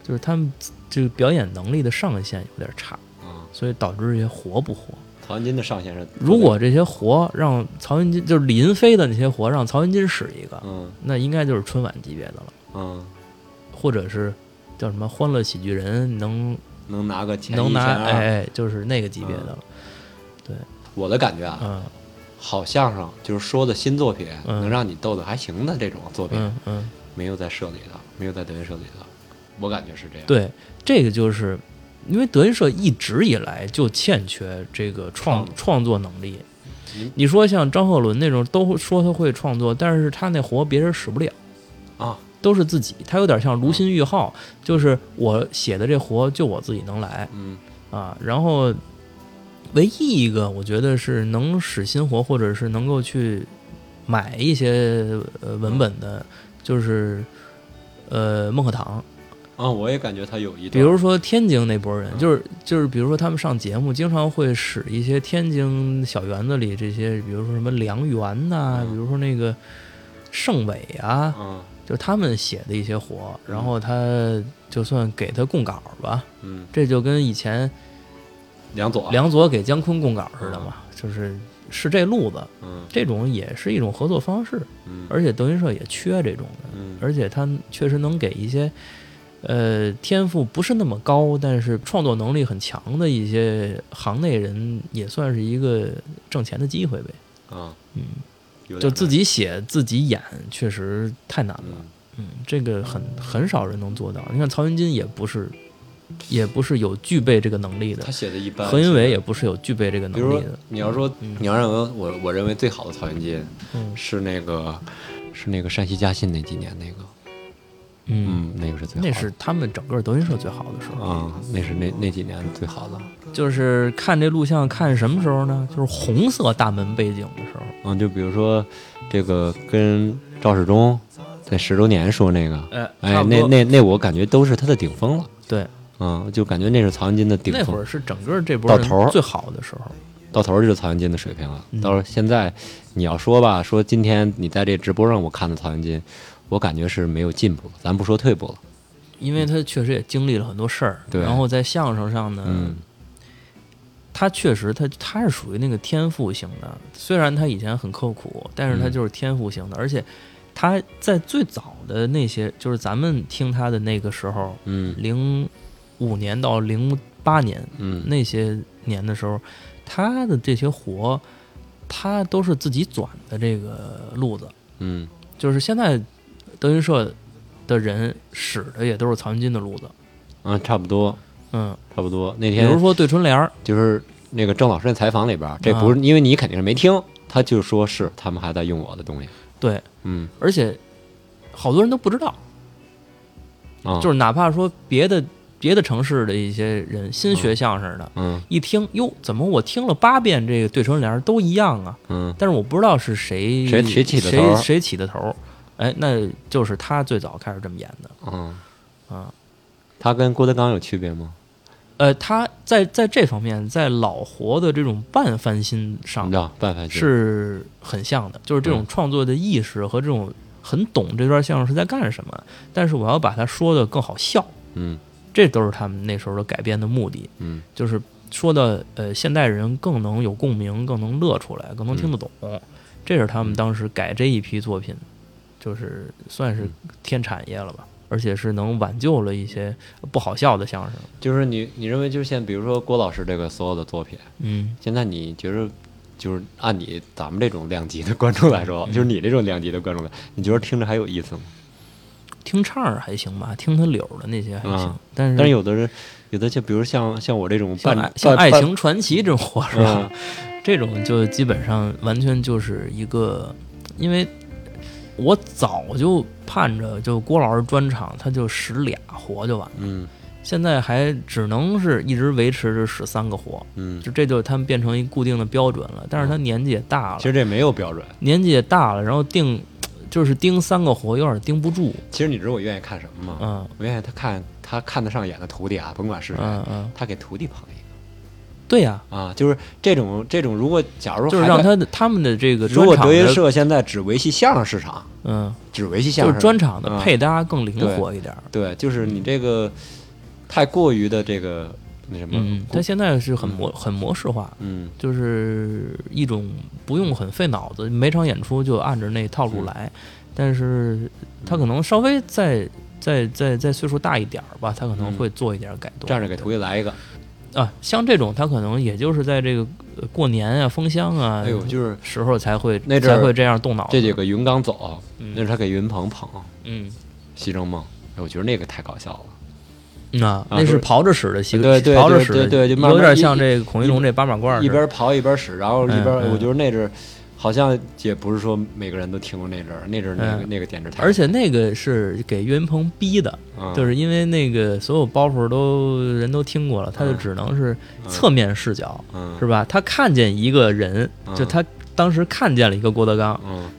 A: 就是他们自这个表演能力的上限有点差，
B: 嗯？嗯，
A: 所以导致这些活不活。
B: 曹云金的上限是，
A: 如果这些活让曹云金就是李云飞的那些活让曹云金使一个，
B: 嗯
A: 那应该就是春晚级别的了，
B: 嗯，
A: 或者是叫什么《欢乐喜剧人》能
B: 能拿个前一啊
A: 能拿
B: 前二
A: 哎哎，就是那个级别的了。
B: 我的感觉啊，
A: 嗯
B: 好相声就是说的新作品，
A: 嗯
B: 能让你逗得还行的这种作品，
A: 嗯嗯，
B: 没有在社里的，没有在德云社里的，我感觉是这样。，
A: 对，这个就是因为德云社一直以来就欠缺这个创
B: 创
A: 创作能力
B: 嗯。
A: 你说像张鹤伦那种，都说他会创作，但是他那活别人使不了
B: 啊，
A: 都是自己。他有点像卢鑫玉浩，就是我写的这活就我自己能来
B: 嗯
A: 啊。然后唯一一个我觉得是能使新活，或者是能够去买一些呃文本的，就是呃孟鹤堂。
B: 啊，我也感觉他有一段，
A: 比如说天津那波人，
B: 嗯
A: 就是就是，比如说他们上节目，经常会使一些天津小园子里这些，比如说什么梁园呐、
B: 嗯
A: 比如说那个盛伟啊，
B: 嗯
A: 就是他们写的一些活，
B: 嗯
A: 然后他就算给他供稿吧，
B: 嗯，
A: 这就跟以前
B: 梁左，
A: 梁左给姜昆供稿似的
B: 啊
A: 嘛，就是是这路子，
B: 嗯
A: 这种也是一种合作方式，
B: 嗯
A: 而且德云社也缺这种的，
B: 嗯
A: 而且他确实能给一些，呃，天赋不是那么高，但是创作能力很强的一些行内人，也算是一个挣钱的机会呗。
B: 啊
A: 嗯，
B: 有点
A: 就自己写自己演，确实太难
B: 难，
A: 了。
B: 嗯
A: 嗯，这个很很少人能做到。你看曹云金也不是，也不是有具备这个能力的
B: 他，写的一般。
A: 何云伟也不是有具备这个
B: 比如
A: 能力
B: 说
A: 的。
B: 你要说
A: 嗯
B: 你要认为我我认为最好的曹云金
A: 嗯
B: 是那个是那个山西嘉信那几年那个，
A: 嗯，
B: 嗯，那个是最好的
A: 那是他们整个德云社最好的时候。
B: 啊，那是那那几年最好的，
A: 就是看这录像，看什么时候呢？就是红色大门背景的时候。
B: 嗯，就比如说这个跟赵世忠在十周年说那个，
A: 呃，
B: 哎
A: 差，不
B: 那
A: 多
B: 那那我感觉都是他的顶峰了，
A: 对，
B: 嗯，就感觉那是曹云金的顶
A: 那会
B: 峰
A: 儿，是整个这波
B: 到
A: 人
B: 头儿
A: 最好的时候。
B: 到头儿就是曹云金的水平了。
A: 嗯
B: 到时候现在你要说吧，说今天你在这直播上我看的曹云金，我感觉是没有进步，咱不说退步了，
A: 因为他确实也经历了很多事儿，
B: 对
A: 然后在相声上呢，
B: 嗯
A: 他确实他他是属于那个天赋型的，虽然他以前很刻苦，但是他
B: 嗯
A: 就是天赋型的，而且他在最早的那些，就是咱们听他的那个时候，
B: 嗯
A: 零五年到零八年，
B: 嗯
A: 那些年的时候，他的这些活，他都是自己转的这个路子。
B: 嗯
A: 就是现在德云社的人使的也都是曹云金的路子，
B: 啊，差不多
A: 嗯，
B: 差不多。那
A: 比
B: 天
A: 如说对春联儿，
B: 就是那个郑老师那采访里边儿，这
A: 啊
B: 不是因为你肯定是没听，他就说是他们还在用我的东西，
A: 对，
B: 嗯
A: 而且好多人都不知道，
B: 啊，
A: 就是哪怕说别的别的城市的一些人新学相声的，
B: 嗯
A: 一听哟，怎么我听了八遍这个对春联儿都一样啊？
B: 嗯
A: 但是我不知道是谁
B: 谁
A: 谁
B: 谁起的头儿
A: 谁起的头儿，哎，那就是他最早开始这么演的。
B: 嗯
A: 啊，
B: 他跟郭德纲有区别吗？
A: 呃，他在在这方面，在老活的这种半翻新
B: 你
A: 上
B: 知道办法
A: 啊是很像的，就是这种
B: 嗯
A: 创作的意识和这种很懂这段相声是在干什么，但是我要把它说的更好笑，
B: 嗯
A: 这都是他们那时候的改编的目的，
B: 嗯
A: 就是说的呃现代人更能有共鸣，更能乐出来，更能听得懂，这是他们当时改这一批作品，就是算是添产业了吧，而且是能挽救了一些不好笑的相声，
B: 就是你你认为就是现在比如说郭老师这个所有的作品，
A: 嗯
B: 现在你觉得就是按你咱们这种量级的观众来
A: 嗯
B: 说，就是你这种量级的观众来，你觉得听着还有意思吗？
A: 听唱儿还行吧，听他柳儿的那些还行，
B: 嗯
A: 但是
B: 但是有的人，有的就比如像像我这种
A: 像
B: 半
A: 爱像《
B: 半
A: 爱
B: 半
A: 情传奇》这种活是吧？
B: 嗯
A: 这种就基本上完全就是一个，因为我早就盼着就郭老师专场，他就使俩活就完了，
B: 嗯
A: 现在还只能是一直维持着使三个活，
B: 嗯，
A: 就这就是他们变成一固定的标准了。但是他年纪也大了
B: 其，实这没有标准。
A: 年纪也大了，然后定就是盯三个活有点盯不住，
B: 其实你知道我愿意看什么吗？
A: 嗯
B: 我愿意他看他看得上眼的徒弟啊，甭管是谁，
A: 嗯嗯，
B: 他给徒弟捧一
A: 对呀、
B: 个啊，就是这种这种，如果假如
A: 就是
B: 还
A: 让
B: 在
A: 他的他们的这个
B: 如
A: 专
B: 果
A: 场
B: 德云
A: 的
B: 社现在只维系相声市场，
A: 嗯，
B: 只维系相
A: 就
B: 声，
A: 是专场的
B: 嗯
A: 配搭更灵活一点儿。
B: 对，就是你这个太过于的这个那什么，
A: 嗯，它现在是很模很模式化，
B: 嗯
A: 就是一种不用很费脑子，每场演出就按着那套路
B: 嗯
A: 来。但是它可能稍微再再再再岁数大一点儿吧，它可能
B: 嗯
A: 会做一点改动。
B: 站着给徒弟来一个，
A: 啊，像这种它可能也就是在这个呃过年啊、封箱啊，
B: 哎呦，就是
A: 时候才会
B: 那阵儿
A: 才会这样动脑子。
B: 这几个云刚走，
A: 嗯
B: 那是他给云鹏捧《
A: 嗯，
B: 西征梦》，哎我觉得那个太搞笑了。
A: 啊那
B: 啊就
A: 那是
B: 是
A: 刨着使的习，
B: 对对
A: 刨着
B: 对
A: 使的，
B: 对对就慢
A: 有
B: 慢
A: 点
B: 一
A: 像这个孔一龙这八马褂儿似的，
B: 一边刨一边使，然后一边
A: 嗯嗯
B: 我觉得那阵儿好像也不是说每个人都听过那阵儿，那阵儿那个
A: 嗯
B: 那个简直太，
A: 而且那个是给岳云鹏逼的，
B: 嗯
A: 就是因为那个所有包袱都人都听过了，他就
B: 啊
A: 只能是侧面视角，
B: 嗯
A: 是吧？他看见一个人，
B: 嗯
A: 就他当时看见了一个郭德纲，
B: 嗯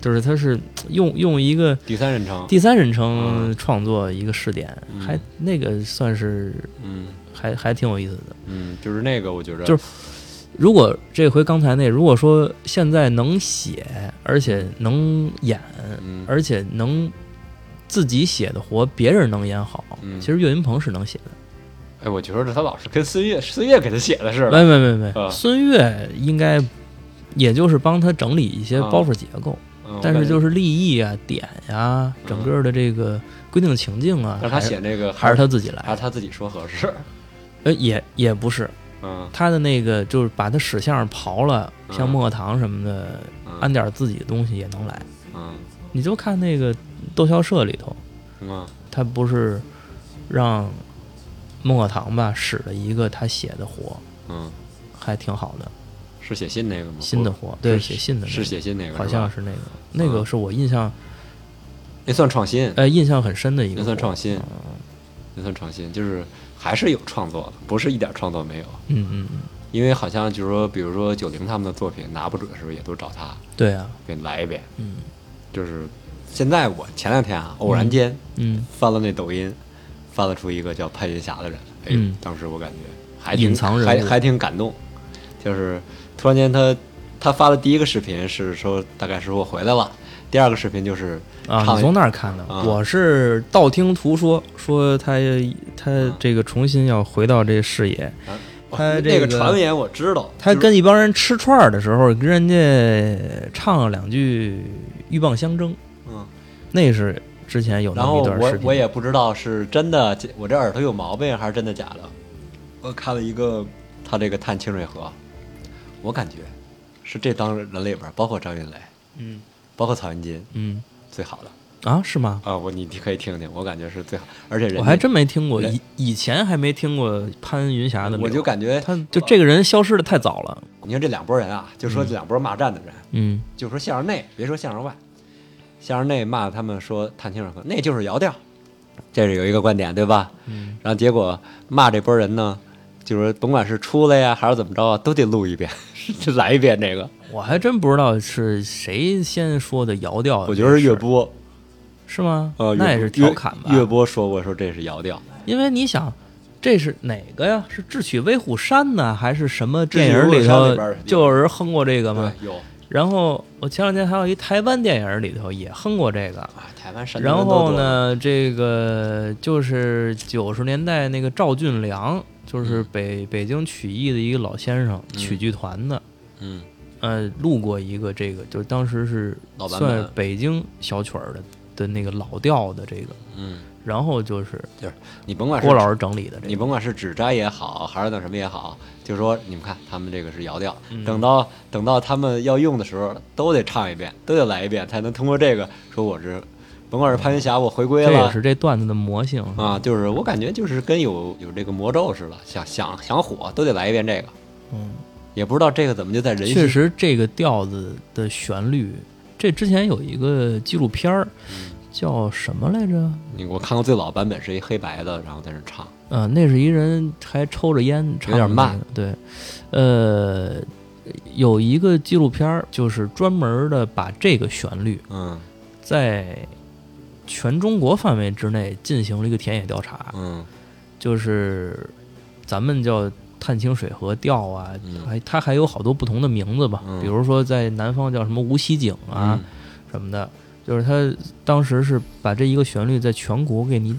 A: 就是他是用用一个
B: 第三人称，
A: 第三人称创作一个试点，
B: 啊嗯
A: 还那个算是
B: 嗯
A: 还还挺有意思的。
B: 嗯，就是那个我觉得
A: 就是如果这回刚才那，如果说现在能写，而且能演，
B: 嗯
A: 而且能自己写的活，别人能演好，
B: 嗯
A: 其实岳云鹏是能写的。
B: 哎，我觉得他老是跟孙越孙越给他写的似的，
A: 没没没没，
B: 啊
A: 孙越应该也就是帮他整理一些
B: 啊
A: 包袱结构，
B: 嗯，
A: 但是就是是立意啊、点呀、整个的这个规定情境啊，
B: 但是嗯他
A: 还
B: 写啊那个
A: 还是他自己
B: 还
A: 来，
B: 是他自己说合适，
A: 呃，也也不是
B: 嗯
A: 他的那个就是把他史相刨了，
B: 嗯
A: 像莫堂什么的，
B: 嗯
A: 安点儿自己的东西也能来。
B: 嗯
A: 你就看那个窦骁社里头，
B: 嗯
A: 他不是让孟鹤堂吧使了一个他写的活，
B: 嗯，
A: 还挺好的，
B: 是写信那个吗？
A: 新的活，对，写信的、那
B: 哦是
A: 个
B: 写信那个吧，啊
A: 好像是那个，那个是我印象
B: 那算创新，
A: 呃印象很深的一个
B: 那
A: 活，
B: 算创新，那算创新，就是还是有创作的，不是一点创作没有。
A: 嗯嗯嗯，
B: 因为好像就是说，比如说九零他们的作品拿不准的时候，也都找他
A: 对啊，
B: 给你来一遍。
A: 嗯，
B: 就是现在我前两天啊，偶然间
A: 嗯，
B: 翻了那抖音，翻了出一个叫潘云霞的人，哎呦，
A: 嗯
B: 当时我感觉还挺
A: 隐藏人物
B: 还还挺感动，就是突然间他他发的第一个视频是说大概是我回来了，第二个视频就是
A: 啊，
B: 唱
A: 你从那儿看的？
B: 啊
A: 我是道听途说，说他他这个重新要回到这视野，
B: 啊哦
A: 他
B: 那
A: 这个
B: 个传言我知道，
A: 他
B: 就是
A: 跟一帮人吃串儿的时候，跟人家唱了两句《鹬蚌相争》，
B: 嗯，
A: 那是之前有那
B: 然
A: 么
B: 后
A: 一段视
B: 我
A: 频。
B: 我也不知道是真的，我这耳朵有毛病还是真的假的。我看了一个他这个探清水河，我感觉是这帮人里边儿，包括张云雷，
A: 嗯
B: 包括曹云金
A: 嗯
B: 最好的，
A: 啊，是吗？
B: 啊，我你可以听听，我感觉是最好，而且人
A: 我
B: 家
A: 还真没听过，
B: 人
A: 以以前还没听过潘云霞的柳。
B: 我就感觉
A: 他就这个人消失的太早了。
B: 你看这两拨人啊，就说这两拨骂战的人，
A: 嗯
B: 就说相声内，别说相声外，相声内骂他们说探听说那就是摇调，这是有一个观点对吧？
A: 嗯，
B: 然后结果骂这波人呢，就是甭管是出来呀还是怎么着啊，都得录一遍， 就来一遍这个。
A: 我还真不知道是谁先说的摇调。
B: 我觉得是岳
A: 越
B: 波，
A: 是吗？
B: 呃，
A: 哦那也
B: 岳
A: 是
B: 岳
A: 调侃吧。
B: 岳波说过说这是摇调，
A: 因为你想，这是哪个呀？是《智取威虎山》呢，还是什么电
B: 智取
A: 影
B: 威虎
A: 里
B: 山
A: 头
B: 里边儿
A: 就有人哼过这个
B: 对
A: 吗？，
B: 有
A: 然后我前两天还有一台湾电影里头也哼过这个。
B: 啊，台湾山东
A: 然
B: 人都
A: 后
B: 多了？
A: 呢，这个就是九十年代那个赵俊良，
B: 嗯
A: 就是北北京曲艺的一个老先生，曲剧团的，
B: 嗯，
A: 呃，录过一个这个，就是当时是
B: 老版本
A: 算北京小曲儿的的那个老调的这个，
B: 嗯，
A: 然后就是
B: 就是你甭啊管是
A: 郭老师整理的这
B: 你
A: 个，
B: 甭管是指摘也好，还是那什么也好，就说你们看他们这个是摇调，
A: 嗯
B: 等到等到他们要用的时候，都得唱一遍，都得来一遍，才能通过这个说我是，甭管是潘云霞我回归
A: 这也
B: 了
A: 是这段子的魔性。
B: 啊，就是我感觉就是跟有有这个魔咒似的，想想想火都得来一遍这个，
A: 嗯，
B: 也不知道这个怎么就在人心
A: 确实这个调子的旋律，这之前有一个纪录片儿
B: 嗯
A: 叫什么来着？
B: 你我看过最老版本是一黑白的，然后在那唱，
A: 嗯、那是一人还抽着烟唱、那个，
B: 有点慢。
A: 对，呃，有一个纪录片儿，就是专门的把这个旋律
B: 嗯
A: 在全中国范围之内进行了一个田野调查，
B: 嗯
A: 就是咱们叫探清水河调啊，
B: 嗯
A: 还它还有好多不同的名字吧，
B: 嗯
A: 比如说在南方叫什么无锡井啊、
B: 嗯
A: 什么的，就是他当时是把这一个旋律在全国给你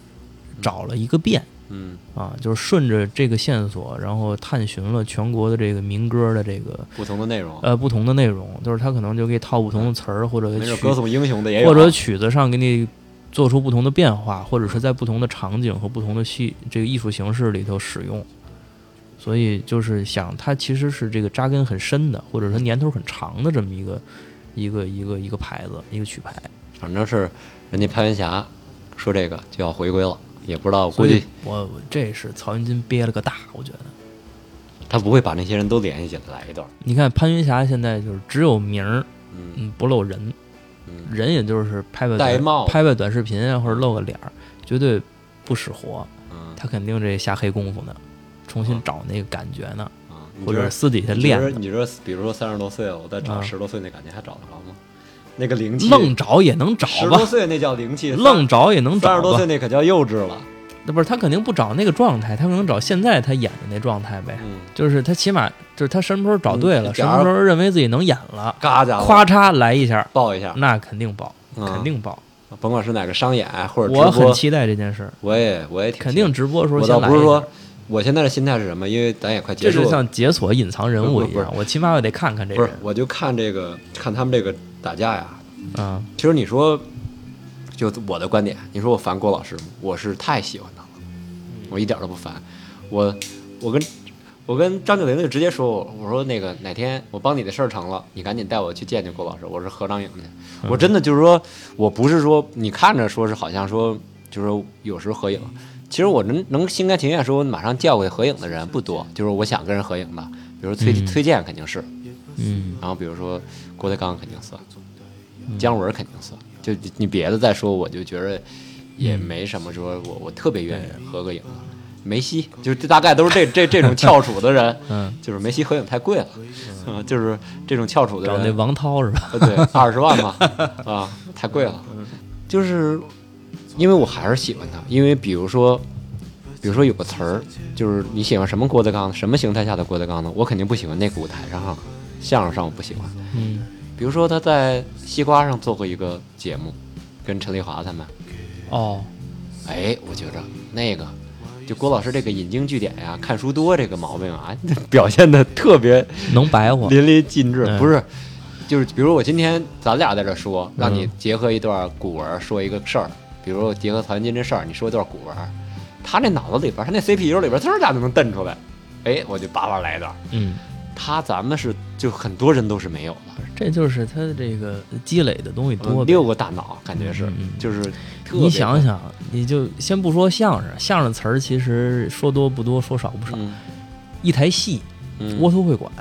A: 找了一个遍。
B: 嗯，
A: 啊，就是顺着这个线索，然后探寻了全国的这个民歌的这个
B: 不同的内容，
A: 呃不同的内容，就是他可能就给套不同的词儿，或者
B: 没准
A: 曲
B: 歌颂英雄的也有，啊
A: 或者曲子上给你做出不同的变化，或者是在不同的场景和不同的戏这个艺术形式里头使用。所以就是想，它其实是这个扎根很深的，或者说年头很长的这么一个一个一个一个牌子，一个曲牌。
B: 反正是人家潘云霞说这个就要回归了，也不知道，估
A: 所以
B: 计
A: 我我这是曹云金憋了个大，我觉得。
B: 他不会把那些人都联系起来来一段。
A: 你看潘云霞现在就是只有名儿，
B: 嗯
A: 嗯，不露人，
B: 嗯，
A: 人也就是拍拍
B: 戴
A: 短
B: 帽
A: 拍拍短视频啊，或者露个脸儿，绝对不使活。
B: 嗯
A: 他肯定这下黑功夫呢，重新找那个感觉呢，
B: 啊，你
A: 嗯或
B: 觉
A: 者
B: 得
A: 私底下
B: 你觉
A: 练
B: 得
A: 呢
B: 你说，比如说三十多岁了，我再找
A: 啊
B: 十多岁那感觉，还找得着吗？那个灵气，
A: 愣找也能找
B: 嗯十多
A: 吧，
B: 岁那叫灵气，
A: 愣找也能
B: 三
A: 找
B: 十多
A: 吧。
B: 岁那可叫幼稚了。
A: 那不是他肯定不找那个状态，他可能找现在他演的那状态呗。
B: 嗯，
A: 就是他起码就是他什么时候找对了，
B: 嗯
A: 什
B: 假如
A: 么时候认为自己能演了，
B: 嘎家伙，
A: 咵嚓来一下，
B: 抱一下，
A: 那肯定爆，
B: 啊嗯
A: 肯定爆。
B: 甭管是哪个商演或者直播，
A: 我很期待这件事儿，
B: 我也我也挺
A: 肯定
B: 期
A: 直播的时
B: 待。
A: 候先
B: 我
A: 来
B: 倒不是
A: 一下
B: 说，我现在的心态是什么？因为咱也快结
A: 这
B: 束
A: 就
B: 了，
A: 像解锁隐藏人物一
B: 不是
A: 样，我起码我得看看这
B: 不是
A: 人，
B: 我就看这个看他们这个打架呀，
A: 啊。
B: 其实你说，就我的观点，你说我烦郭老师吗？我是太喜欢他了，我一点都不烦。我我跟我跟张九龄就直接说，我说那个哪天我帮你的事儿成了，你赶紧带我去见见郭老师。我是合张影去，我真的就是说，我不是说你看着说是好像说就是说有时候合影。其实我能能心甘情愿说，我马上叫过去合影的人不多，就是我想跟人合影的，比如说崔、
A: 嗯
B: 崔健肯定是，
A: 嗯，
B: 然后比如说郭德纲肯定算，姜文肯定算，就你别的再说，我就觉得也没什么说我我特别愿意合个影的。梅西就是大概都是这这这种翘楚的人，
A: 嗯，
B: 就是梅西合影太贵了，嗯，就是这种翘楚的
A: 找那
B: 人，
A: 王涛是吧？
B: 呃 对，二十万嘛，啊，太贵了，就是因为我还是喜欢他，因为比如说，比如说有个词儿，就是你喜欢什么郭德纲，什么形态下的郭德纲呢？我肯定不喜欢那个舞台上，相声上我不喜欢，
A: 嗯，
B: 比如说他在西瓜上做过一个节目，跟陈丽华他们，
A: 哦，
B: 哎，我觉着那个就郭老师这个引经据典呀、看书多这个毛病啊， 表现的特别
A: 能白活。
B: 淋漓尽致
A: 嗯，
B: 不是。就是比如我今天咱俩在这说，让你
A: 嗯
B: 结合一段古文说一个事儿，比如我结合曹云金这事儿，你说一段古文，他那脑子里边，他那 CPU 里边，呲儿家就能瞪出来，哎，我就叭叭来一段。
A: 嗯，
B: 他咱们是就很多人都是没有的，
A: 这就是他这个积累的东西多呗。
B: 嗯六个大脑感觉是
A: 嗯嗯，
B: 就是特别
A: 你想想，你就先不说相声，相声词儿其实说多不多，说少不少。
B: 嗯，
A: 一台戏，
B: 嗯
A: 窝头会馆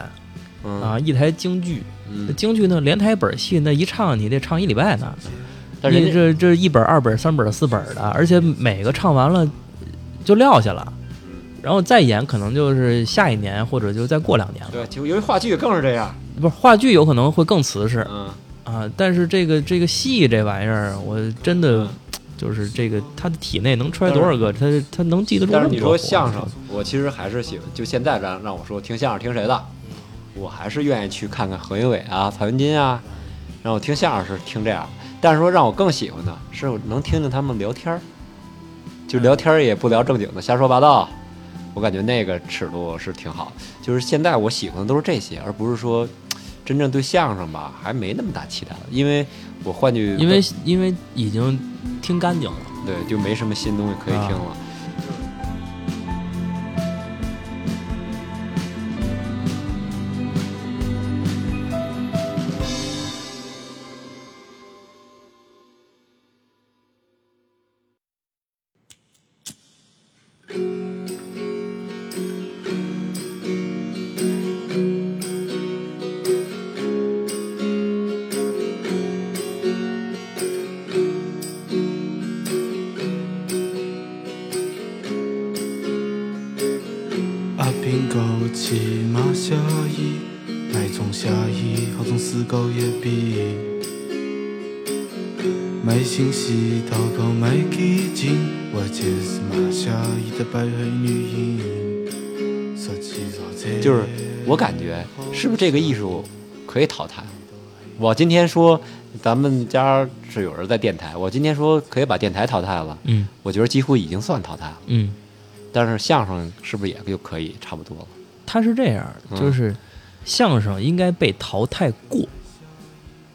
B: 嗯
A: 啊，呃一台京剧，那
B: 嗯，
A: 京剧呢连台本戏，那一唱你得唱一礼拜呢。
B: 但人
A: 你
B: 家
A: 这这一本、二本、三本、四本的，而且每个唱完了就撂下了，然后再演可能就是下一年或者就再过两年了。
B: 对，就因为话剧更是这样，
A: 不是话剧有可能会更瓷实
B: 嗯
A: 啊，但是这个这个戏这玩意儿，我真的。就是这个，他的体内能揣多少个？他他能记得住那
B: 嗯但
A: 么
B: 是
A: 多
B: 你
A: 活？
B: 说相声，我其实还是喜欢，就现在让让我说听相声听谁的，我还是愿意去看看何云伟啊、曹云金啊。让我听相声是听这样，但是说让我更喜欢的是我能听听他们聊天儿，就聊天儿也不聊正经的，瞎说八道。我感觉那个尺度是挺好的，就是现在我喜欢的都是这些，而不是说真正对相声吧，还没那么大期待了，因为我换句
A: 因为因为已经听干净了。
B: 对就没什么新东西可以听了。
F: 阿兵哥骑马下邑，乃从下邑，好从四狗也比。买信息淘宝买基金，我就是马下邑的白黑女婴。说起说这，
B: 就是我感觉是不是这个艺术可以淘汰？我今天说咱们家是有人在电台，我今天说可以把电台淘汰了，
A: 嗯
B: 我觉得几乎已经算淘汰了。
A: 嗯，
B: 但是相声是不是也就可以差不多了？
A: 他是这样，
B: 嗯
A: 就是相声应该被淘汰过。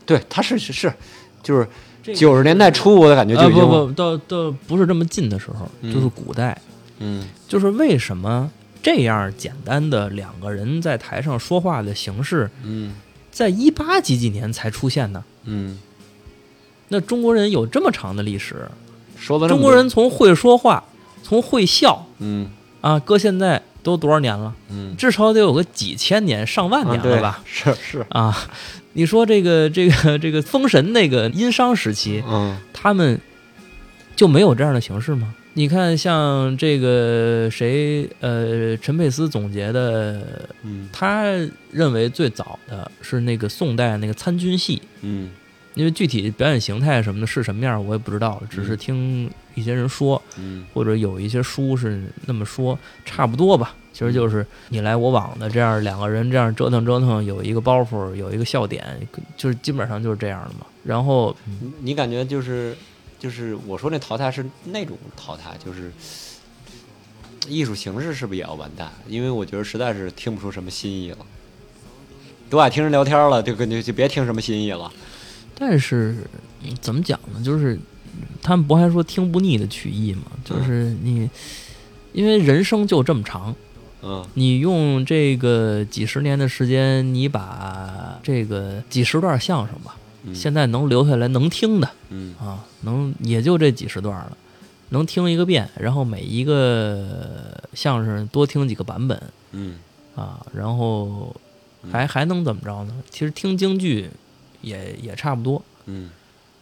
B: 对，他是是是，就是九十年代初我的感觉
A: 啊
B: 就已经、
A: 不不，到到不是这么近的时候，就是古代，
B: 嗯
A: 就是为什么这样简单的两个人在台上说话的形式，
B: 嗯
A: 在一八几几年才出现呢？
B: 嗯，
A: 那中国人有这么长的历史，
B: 说了这
A: 中
B: 么
A: 国
B: 多
A: 人从会说话，从会笑
B: 嗯
A: 啊，搁现在都多少年了？
B: 嗯
A: 至少得有个几千年、上万
B: 啊
A: 年
B: 对
A: 了吧？
B: 是是
A: 啊，你说这个这个这个封神那个殷商时期，
B: 嗯
A: 他们就没有这样的形式吗？你看，像这个谁，呃，陈佩斯总结的，
B: 嗯
A: 他认为最早的是那个宋代那个参军戏，
B: 嗯
A: 因为具体表演形态什么的是什么样儿我也不知道，只是听一些人说，
B: 嗯
A: 或者有一些书是那么说，差不多吧。其实就是你来我往的这样两个人这样折腾折腾，有一个包袱，有一个笑点，就是基本上就是这样的嘛。然后
B: 你你感觉就是就是我说那淘汰是那种淘汰，就是艺术形式是不是也要完蛋？因为我觉得实在是听不出什么新意了，都爱听人聊天了，就跟就就别听什么新意了。
A: 但是嗯怎么讲呢？就是嗯他们不还说听不腻的曲艺嘛，就是你，因为人生就这么长，
B: 嗯
A: 你用这个几十年的时间，你把这个几十段相声吧，
B: 嗯
A: 现在能留下来能听的
B: 嗯
A: 啊，能也就这几十段了。能听一个遍，然后每一个相声多听几个版本
B: 嗯，
A: 啊，然后还还能怎么着呢？其实听京剧也也差不多，
B: 嗯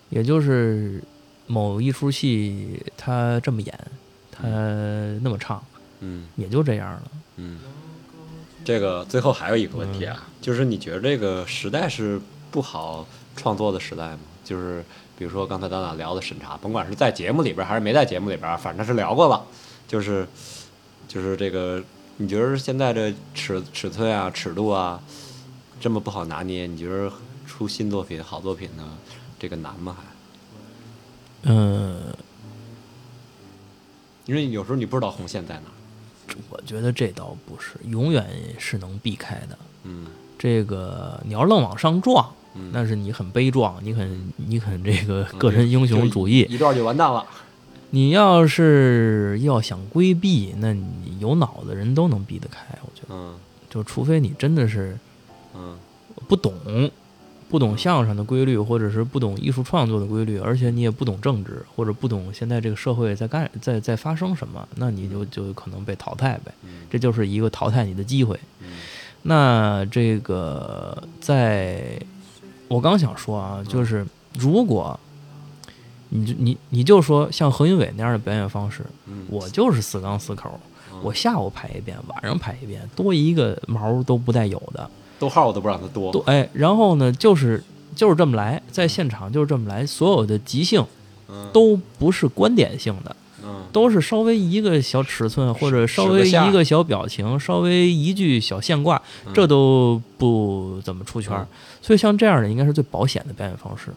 A: 也就是某一出戏他这么演，他那么唱，
B: 嗯
A: 也就这样了。
B: 嗯。这个最后还有一个问题啊，
A: 嗯
B: 就是你觉得这个时代是不好创作的时代吗？就是比如说刚才咱俩聊的审查，甭管是在节目里边儿还是没在节目里边儿，反正是聊过了，就是就是这个，你觉得现在这尺尺寸啊、尺度啊这么不好拿捏，你觉得出新作品、好作品呢，这个难吗？还？
A: 嗯，
B: 因为有时候你不知道红线在哪儿。
A: 我觉得这倒不是，永远是能避开的。
B: 嗯
A: 这个你要愣往上撞，
B: 嗯，
A: 那是你很悲壮，你很你很这个
B: 嗯
A: 个人英雄主义
B: 就。一段就完蛋了。
A: 你要是要想规避，那你有脑子人都能避得开，我觉得。
B: 嗯
A: 就除非你真的是
B: 嗯
A: 不懂，不懂相声的规律，或者是不懂艺术创作的规律，而且你也不懂政治，或者不懂现在这个社会在干在在发生什么，那你就就可能被淘汰呗。
B: 嗯
A: 这就是一个淘汰你的机会。
B: 嗯
A: 那这个在，我刚想说
B: 嗯
A: 啊，就是如果你就你你就说像何云伟那样的表演方式，
B: 嗯
A: 我就是死钢死口
B: 嗯，
A: 我下午排一遍，晚上排一遍，多一个毛都不带有的。
B: 逗号我都不让他多，
A: 多哎，然后呢，就是就是这么来，在现场就是这么来，所有的即兴
B: 嗯
A: 都不是观点性的，
B: 嗯
A: 都是稍微一个小尺寸，或者稍微
B: 使个下嗯
A: 一个小表情，稍微一句小现挂，这都不怎么出圈儿。所以像这样的应该是最保险的表演方式。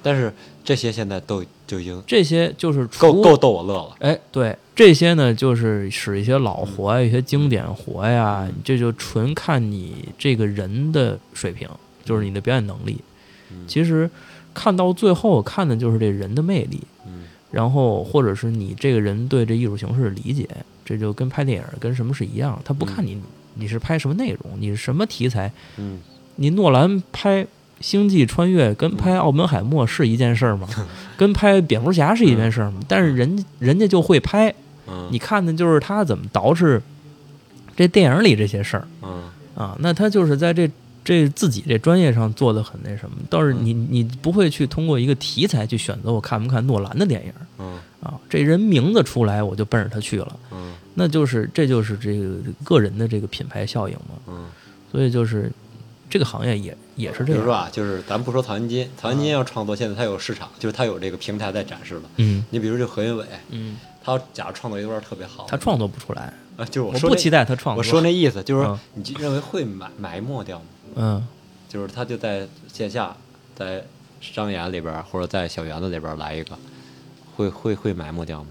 B: 但是这些现在都就已经
A: 这些就是除
B: 够够逗我乐了。
A: 哎，对这些呢，就是使一些老活呀、一些经典活呀，这就纯看你这个人的水平，就是你的表演能力。其实看到最后，看的就是这人的魅力，
B: 嗯
A: 然后或者是你这个人对这艺术形式的理解，这就跟拍电影跟什么是一样，他不看你你是拍什么内容，你是什么题材。
B: 嗯，
A: 你诺兰拍《星际穿越》跟拍《奥本海默》是一件事儿吗？跟拍《蝙蝠侠》是一件事儿吗？但是人人家就会拍。
B: 嗯
A: 你看的就是他怎么捯饬这电影里这些事儿
B: 嗯
A: 啊。那他就是在这这自己这专业上做的很那什么，倒是你你不会去通过一个题材去选择我看不看诺兰的电影
B: 嗯
A: 啊。这人名字出来我就奔着他去了，
B: 嗯
A: 那就是这就是这个个人的这个品牌效应嘛。
B: 嗯，
A: 所以就是这个行业也也是
B: 比
A: 这
B: 如说
A: 样，
B: 啊，就是咱不说曹云金，曹云金要创作，现在他有市场，就是他有这个平台在展示了。
A: 嗯
B: 你比如就何云伟，
A: 嗯，
B: 他假如创作一段特别好，
A: 他创作不出来，
B: 啊，就是我
A: 我
B: 说
A: 不
B: 那
A: 期待他创作。
B: 我说那意思就是说
A: 嗯，
B: 你就认为会埋埋没掉吗？
A: 嗯
B: 就是他就在线下，在商演里边儿或者在小园子里边儿来一个，会会会埋没掉吗？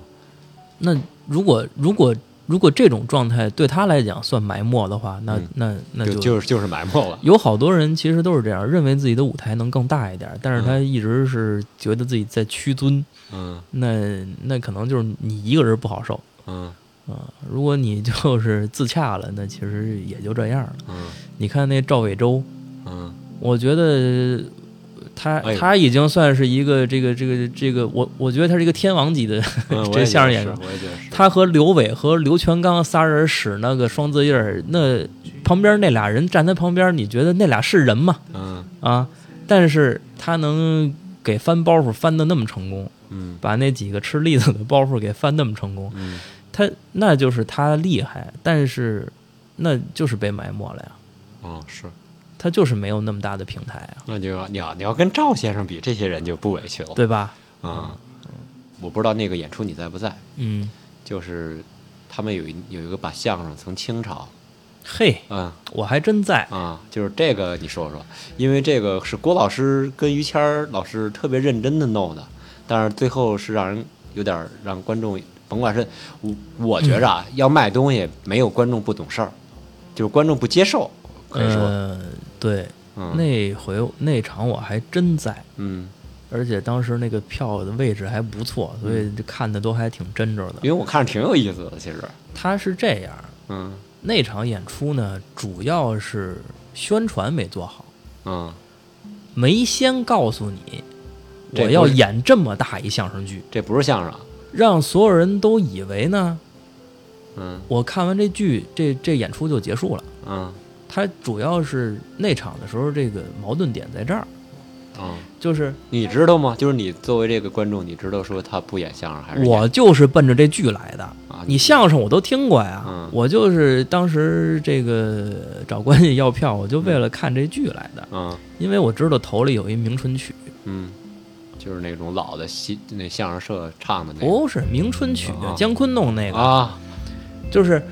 A: 那如果如果如果这种状态对他来讲算埋没的话，那、
B: 嗯
A: 那那
B: 就
A: 就是
B: 就是埋没了。
A: 有好多人其实都是这样，认为自己的舞台能更大一点，但是他一直是觉得自己在屈尊，
B: 嗯
A: 那那可能就是你一个人不好受
B: 嗯
A: 啊、如果你就是自洽了，那其实也就这样了。
B: 嗯
A: 你看那赵伟洲，
B: 嗯
A: 我觉得他、
B: 哎呦
A: 他已经算是一个这个这个这个，我我觉得他是一个天王级的、
B: 嗯，我
A: 这
B: 也
A: 相声
B: 觉
A: 演
B: 得
A: 员
B: 是。我也觉得是。
A: 他和刘伟和刘全刚仨人使那个双字印儿，那旁边那俩人站他旁边，你觉得那俩是人吗？
B: 嗯
A: 啊，但是他能给翻包袱翻的那么成功，
B: 嗯
A: 把那几个吃栗子的包袱给翻那么成功，
B: 嗯
A: 他那就是他厉害，但是那就是被埋没了呀，
B: 哦是，
A: 他就是没有那么大的平台啊，
B: 那就你要你要跟赵先生比，这些人就不委屈了。
A: 对吧？
B: 啊、我不知道那个演出你在不在，
A: 嗯，
B: 就是他们有一有一个把相声从清朝，
A: 嘿，
B: 嗯
A: 我还真在，
B: 啊，就是这个你说说，因为这个是郭老师跟于谦儿老师特别认真的弄的，但是最后是让人有点儿让观众，甭管是我我觉着啊，
A: 嗯
B: 要卖东西没有观众不懂事儿，就是观众不接受，可以说，
A: 呃，对，
B: 嗯
A: 那回那场我还真在。
B: 嗯，
A: 而且当时那个票的位置还不错，所以就看的都还挺真着的。
B: 因为我看着嗯挺有意思的，其实，
A: 他是这样，
B: 嗯
A: 那场演出呢，主要是宣传没做好，
B: 嗯，
A: 没先告诉你
B: 这
A: 我
B: 不是
A: 要演这么大一相声剧，
B: 这不是相声啊，
A: 让所有人都以为呢，
B: 嗯
A: 我看完这剧，这这演出就结束了。
B: 嗯
A: 他主要是那场的时候，这个矛盾点在这儿，
B: 嗯，
A: 就是
B: 你知道吗？就是你作为这个观众，你知道说他不演相声还是演
A: 我就是奔着这剧来的。
B: 啊？
A: 你相声我都听过呀，
B: 嗯
A: 我就是当时这个找关系要票，我就为了看这剧来的，
B: 嗯。
A: 因为我知道头里有一名春曲，
B: 嗯，就是那种老的戏，那相声社唱的那种、
A: 不是名春曲
B: 啊，
A: 姜昆弄那个，
B: 啊，
A: 就是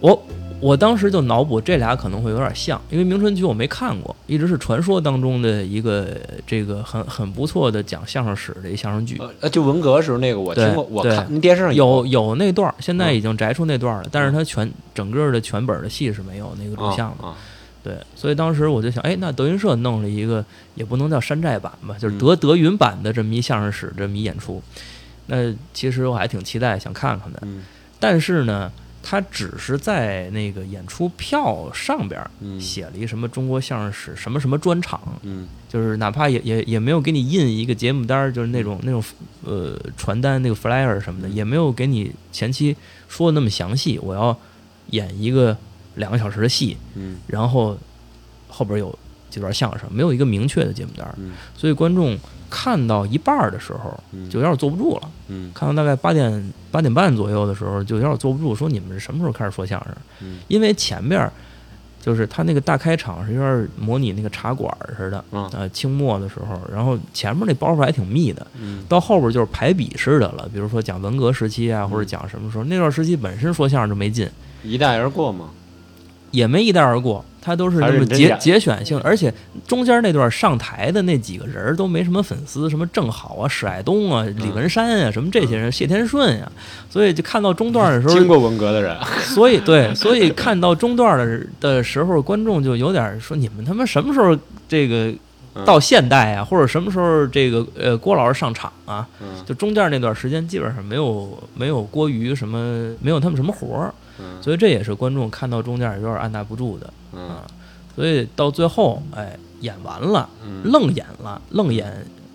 A: 我我当时就脑补这俩可能会有点像，因为名春曲我没看过，一直是传说当中的一个这个很很不错的讲相声史的一相声剧，
B: 呃，就文革时候那个我听过，
A: 对
B: 我
A: 对
B: 看那电视上
A: 有有那段儿，现在
B: 呃嗯
A: 已经摘出那段儿了，但是它全整个的全本儿的戏是没有那个录
B: 啊
A: 像的。
B: 啊，
A: 对，所以当时我就想，哎，那德云社弄了一个，也不能叫山寨版吧，就是
B: 嗯
A: 德德云版的这么一相声史，这么一演出。那其实我还挺期待，想看看的。
B: 嗯
A: 但是呢，他只是在那个演出票上边儿
B: 嗯
A: 写了一什么中国相声史什么什么专场，
B: 嗯
A: 就是哪怕也也也没有给你印一个节目单儿，就是那种那种呃传单那个 flyer 什
B: 嗯
A: 么的，也没有给你前期说的那么详细。我要演一个两个小时的戏，
B: 嗯
A: 然后后边有几段相声，没有一个明确的节目单儿，
B: 嗯
A: 所以观众看到一半儿的时候
B: 嗯
A: 就有点坐不住了。
B: 嗯
A: 看到大概八点八点半左右的时候，就有点坐不住，说你们是什么时候开始说相声？
B: 嗯
A: 因为前面儿就是他那个大开场是有点模拟那个茶馆儿似的，
B: 嗯
A: 呃，清末的时候，然后前面那包袱还挺密的，
B: 嗯
A: 到后边就是排比式的了，比如说讲文革时期啊，或
B: 嗯
A: 者讲什么时候那段时期本身说相声就没劲，
B: 一带而过嘛，
A: 也没一带而过，他都是
B: 还
A: 那
B: 是
A: 么
B: 你真
A: 节
B: 演
A: 节选性，而且中间那段上台的那几个人儿都没什么粉丝，什么郑好啊、史爱东啊、李文山啊，什么这些人，谢天顺呀、所以就看到中段的时
B: 嗯经
A: 候，
B: 过文革的人，
A: 所以对，所以看到中段的的时候，观众就有点说：你们他妈什么时候这个
B: 嗯
A: 到现代啊，或者什么时候这个呃郭老师上场啊？
B: 嗯
A: 就中间那段时间基本上没有没有郭瑜什么没有他们什么活儿，
B: 嗯
A: 所以这也是观众看到中间有点按捺不住的。
B: 嗯
A: 啊，所以到最后，哎，演完了，
B: 嗯
A: 愣演了，愣演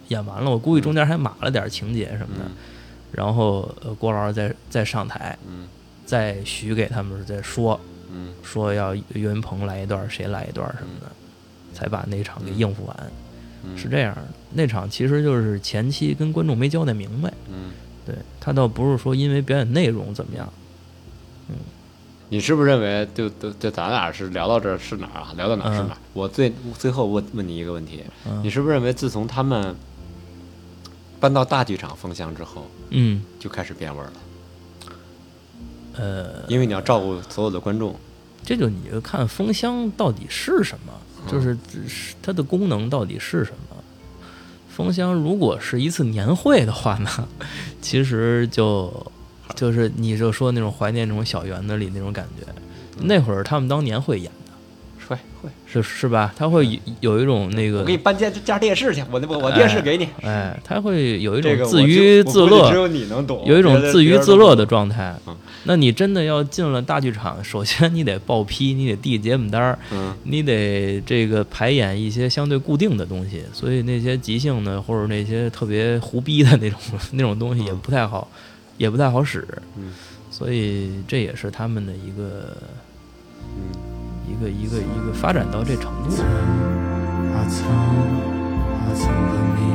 A: 演完了，我估计中间还码了点情节什么的，
B: 嗯
A: 然后呃，郭老师再再上台，
B: 嗯
A: 再许给他们再说
B: 嗯
A: 说要岳云鹏来一段，谁来一段什么的，才把那场给应付完，
B: 嗯
A: 是这样的。那场其实就是前期跟观众没交代明白，
B: 嗯，
A: 对他倒不是说因为表演内容怎么样，
B: 你是不是认为就就就咱俩是聊到这儿是哪儿啊？聊到哪儿是哪儿？我最最后问问你一个问题，
A: 嗯
B: 你是不是认为自从他们搬到大剧场封箱之后
A: 嗯，
B: 就开始变味儿了？
A: 呃，
B: 因为你要照顾所有的观众，
A: 这就你就看封箱到底是什么，
B: 嗯
A: 就是这是它的功能到底是什么。封箱如果是一次年会的话呢， 其实就就是你就说那种怀念那种小园子里那种感觉，
B: 嗯
A: 那会儿他们当年会演的，
B: 会会，
A: 是是吧？他会有有一种那
B: 我
A: 个
B: 给，你搬家家电视去，我那我我电视给你。
A: 哎，他会有一
B: 这个
A: 种
B: 我
A: 自
B: 就
A: 娱
B: 我
A: 自
B: 估计
A: 乐，
B: 只有你能懂，
A: 有一种
B: 别的
A: 自
B: 别
A: 娱
B: 人
A: 自
B: 都
A: 乐
B: 不
A: 的
B: 懂。
A: 状态
B: 嗯。
A: 那你真的要进了大剧场，首先你得报批，你得递节目单儿，
B: 嗯
A: 你得这个排演一些相对固定的东西，所以那些即兴的或者那些特别胡逼的那种 那种东西也不太好，也不太好使。
B: 嗯
A: 所以这也是他们的一个
B: 嗯。
A: 一个一个一个发展到这程度吧。
F: 啊藏啊藏个弥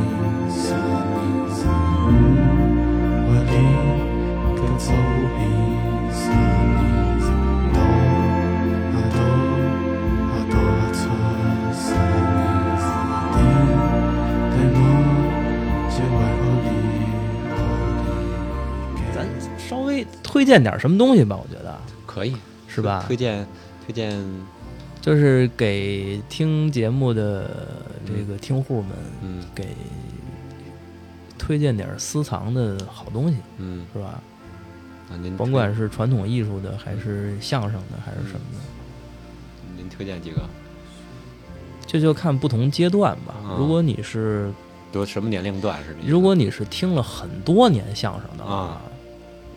F: 撒弥撒，嗯，我离个走弥撒弥撒，哆啊哆啊哆啊错撒弥撒，地带我接外欧里欧里给。
A: 咱稍微推荐点什么东西吧，我觉得
B: 可以
A: 是吧
B: 推荐推荐，
A: 就是给听节目的这个听户们，
B: 嗯
A: 给推荐点私藏的好东西，
B: 嗯，
A: 是吧？
B: 啊您
A: 甭
B: 推
A: 管是传统艺术的，还是相声的，还是什么的。
B: 您推荐几个，
A: 这就看不同阶段吧
B: 嗯。
A: 如果你是
B: 都什么年龄段是？
A: 如果你是听了很多年相声的话
B: 啊，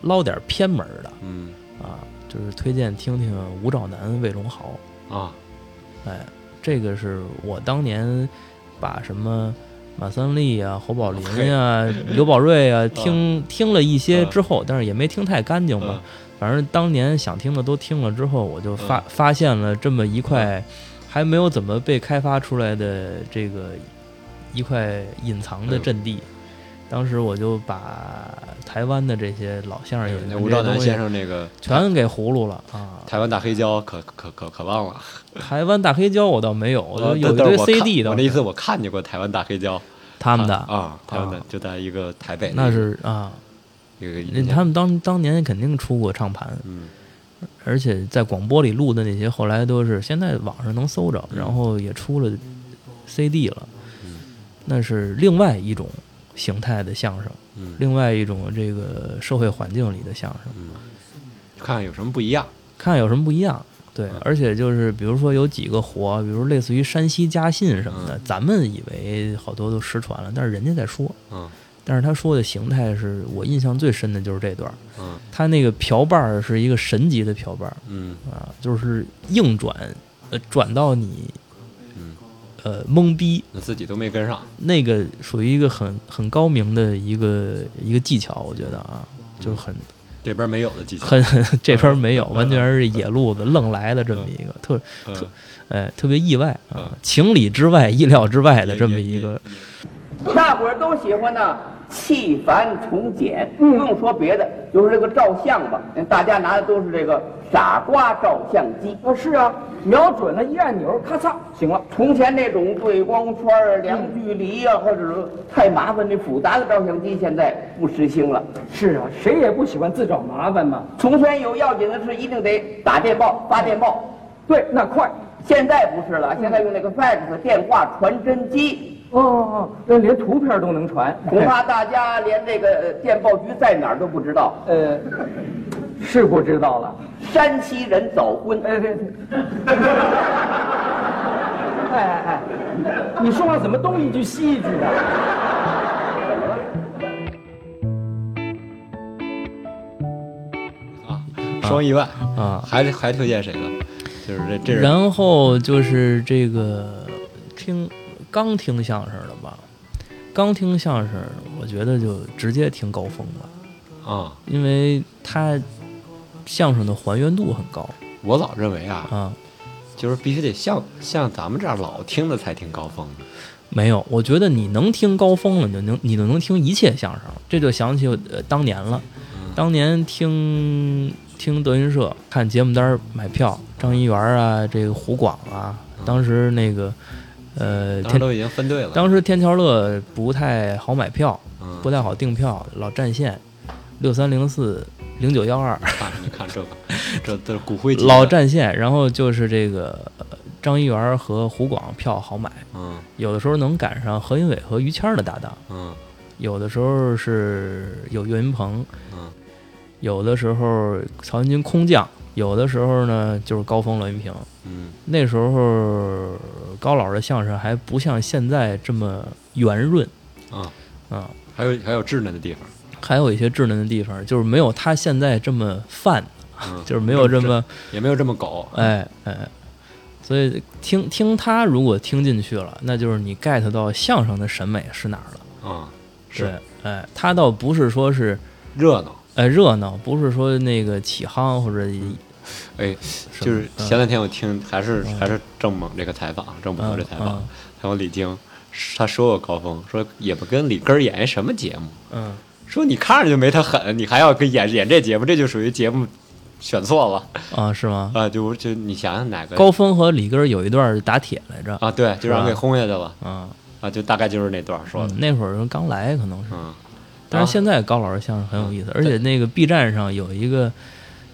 A: 捞点偏门儿的
B: 嗯
A: 啊，就是推荐听听吴兆南、魏龙豪。
B: 啊
A: 哎，这个是我当年把什么马三立啊、侯宝林啊、 刘宝瑞
B: 嗯
A: 啊听听了一些之后，但是也没听太干净吧
B: 嗯。
A: 反正当年想听的都听了之后，我就发发现了这么一
B: 嗯
A: 块还没有怎么被开发出来的这个一块隐藏
B: 嗯
A: 的阵地。当时我就把台湾的这些老相声演员
B: 哎那
A: 这
B: 吴
A: 些
B: 兆南
A: 东西
B: 先生那个
A: 全给葫芦了 啊！
B: 台湾大黑胶可可可可忘了，
A: 台湾大黑胶我倒没有，我
B: 呃
A: 就有一
B: 但
A: 堆
B: 是我看
A: CD 的。
B: 我那意思我看见过台湾大黑胶，
A: 他们的
B: 啊，台湾的
A: 啊
B: 就在一个台北，
A: 那是啊，
B: 一个
A: 那他们当当年肯定出过唱盘，
B: 嗯
A: 而且在广播里录的那些，后来都是现在网上能搜着，然后也出了 CD 了，那是另外一种形态的相声，
B: 嗯，
A: 另外一种这个社会环境里的相声，
B: 看看有什么不一样，
A: 看有什么不一样。对，而且就是比如说有几个活，比如类似于山西家信什么的，咱们以为好多都失传了，但是人家在说，
B: 嗯
A: 但是他说的形态是我印象最深的就是这段儿，
B: 嗯
A: 他那个瓢把儿是一个神级的瓢把儿
B: 嗯
A: 啊，就是硬转，呃，转到你
B: 嗯，
A: 呃懵逼，
B: 那自己都没跟上，
A: 那个属于一个很很高明的一个一个技巧，我觉得啊，就是很
B: 这边没有的技巧，
A: 很 这边没有，完全是野路子愣来的这么一个特
B: 嗯
A: 呃特别意外
B: 嗯
A: 啊，情理之外、意料之外的这么一个，
G: 大伙儿都喜欢呢，弃繁从简。不用说别的，就是这个照相吧，嗯大家拿的都是这个傻瓜照相机。啊，是啊，瞄准了，一按钮，咔嚓，行了。从前那种对光圈啊、量距离啊，或者是太麻烦、那复杂的照相机，现在不时兴了。
H: 是啊，谁也不喜欢自找麻烦嘛。
G: 从前有要紧的事，一定得打电报、发电报，
H: 对，那快。
G: 现在不是了，现在用那个 fax 电话传真机。
H: 哦哦哦，那连图片都能传。
G: 恐怕大家连这个电报局在哪儿都不知道。
H: 呃，是不知道了。
G: 山西人早婚，
H: 哎对对。哎哎哎，你说话怎么东一句西一句的？
B: 啊，双意外
A: 啊
B: 还还推荐谁呢？就是这这人
A: 然后就是这个听刚听相声的吧，刚听相声，我觉得就直接听高峰了，
B: 啊，
A: 因为他相声的还原度很高
B: 我老认为啊，
A: 啊。
B: 就是必须得像像咱们这样老听的才听高峰的，
A: 没有，我觉得你能听高峰了，你就能你就能听一切相声了。这就想起我、呃、当年了，
B: 嗯
A: 当年听听德云社，看节目单儿买票，张一元啊，这个胡广啊，当时那个呃
B: 嗯当时
A: 天，
B: 都已经分队了，
A: 当时天桥乐不太好买票，
B: 嗯
A: 不太好订票，老占线，六三零四零九幺二
B: 看 你看这个，这这骨灰级的
A: 老占线，然后就是这个、呃张一元和胡广票好买，
B: 嗯
A: 有的时候能赶上何云伟和于谦儿的搭档。
B: 嗯
A: 有的时候是有岳云鹏，
B: 嗯，
A: 有的时候曹云金空降，有的时候呢就是高峰、栾云平。
B: 嗯
A: 那时候高老师的相声还不像现在这么圆润
B: 啊，
A: 啊，
B: 还有还有稚嫩的地方，
A: 还有一些稚嫩的地方，就是没有他现在这么泛，
B: 嗯
A: 就是没有这么
B: 也没有这么狗，
A: 哎哎。所以听听他，如果听进去了，那就是你 get 到相声的审美是哪儿了。
B: 啊，是
A: 对，哎，他倒不是说是
B: 热闹。
A: 呃，热闹不是说那个起夯或者一
B: 哎，
A: 什么
B: 就是
A: 嗯
B: 前两天我听还是还是郑猛这个采访，郑猛的这采
A: 嗯
B: 访
A: 嗯，
B: 还有李菁，他说过高峰，说也不跟李根儿演一什么节目，
A: 嗯
B: 说你看着就没他狠，你还要跟演演这节目，这就属于节目选错了
A: 啊是吗？
B: 啊！就就你想想哪个
A: 高峰和李根儿有一段打铁来着
B: 啊？对，就让人
A: 是吧
B: 给轰下去了
A: 啊，
B: 啊！就大概就是那段说
A: 嗯
B: 的，
A: 那会儿刚来可能是，
B: 嗯，
A: 但
B: 啊
A: 是现在高老师相声很有意思，而且那个 B 站上有一个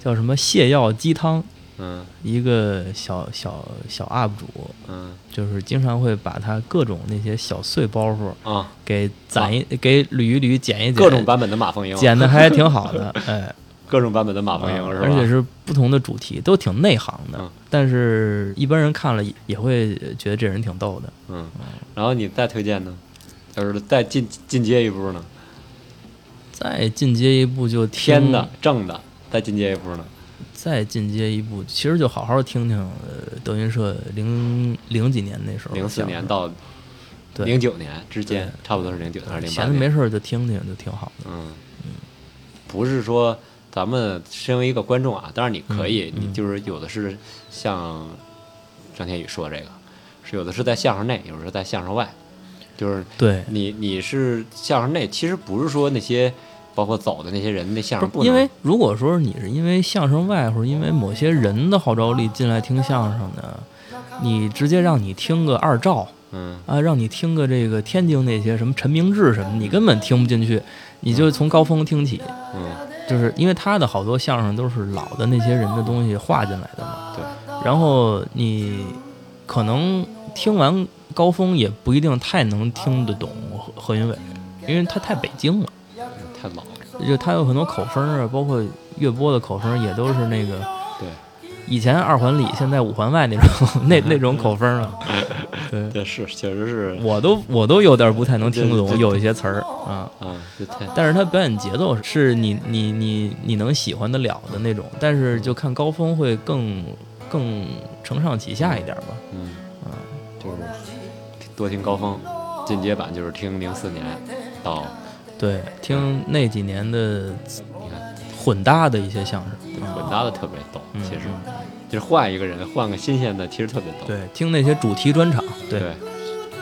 A: 叫什么泻药鸡汤，
B: 嗯
A: 一个小小小 UP 主，
B: 嗯
A: 就是经常会把他各种那些小碎包袱
B: 啊，
A: 给攒一、给捋一捋，剪一剪，
B: 各种版本的马蜂鹰，
A: 剪的还挺好的， 哎。
B: 各种版本的马蜂
A: 啊
B: 鹰是吧？
A: 而且是不同的主题，都挺内行的，
B: 嗯
A: 但是一般人看了也也会觉得这人挺逗的。
B: 嗯，然后你再推荐呢，就是再进进阶一步呢，
A: 再进阶一步就听
B: 偏的，正的，再进阶一步呢，
A: 再进阶一步，其实就好好听听呃德云社零零几年那时候，
B: 零四年到
A: 对
B: 零九年之间，差不多是零九还是零八
A: 闲着没
B: 年，
A: 事儿就听听，就挺好的。
B: 嗯，不是说咱们身为一个观众啊，当然你
A: 嗯
B: 可以，你就是有的是像张天宇说这个，是有的是在相声内，有的是在相声外，就是
A: 对，
B: 你你是相声内，其实不是说那些包括走的那些人那相声不
A: 因
B: 能
A: 为如果说你是因为相声外，或者因为某些人的号召力进来听相声的，你直接让你听个二赵，
B: 嗯。
A: 啊，让你听个这个天津那些什么陈明志什么，你根本听不进去，你就从高峰听起，
B: 嗯，
A: 就是因为他的好多相声都是老的那些人的东西画进来的嘛，
B: 对，
A: 然后你可能听完高峰也不一定太能听得懂何何云伟，因为他太北京了，
B: 太老了，
A: 就他有很多口风啊，包括乐播的口风也都是那个
B: 对。
A: 以前二环里，现在五环外那种那那种口风了，对，
B: 这是嗯确实是
A: 啊我都我都有点不太能听懂有一些词儿啊。
B: 啊，这太
A: 但是他表演节奏是你你你你能喜欢得了的那种，但是就看高峰会更更承上启下一点吧。
B: 嗯就是
A: 嗯
B: 多听高峰，进阶版就是听零四年到
A: 对，听那几年的
B: 你看
A: 混搭的一些相声，啊
B: 混搭的特别逗，
A: 嗯
B: 其实就是换一个人，换个新鲜的，其实特别逗。
A: 对，听那些主题专场，对，
B: 对，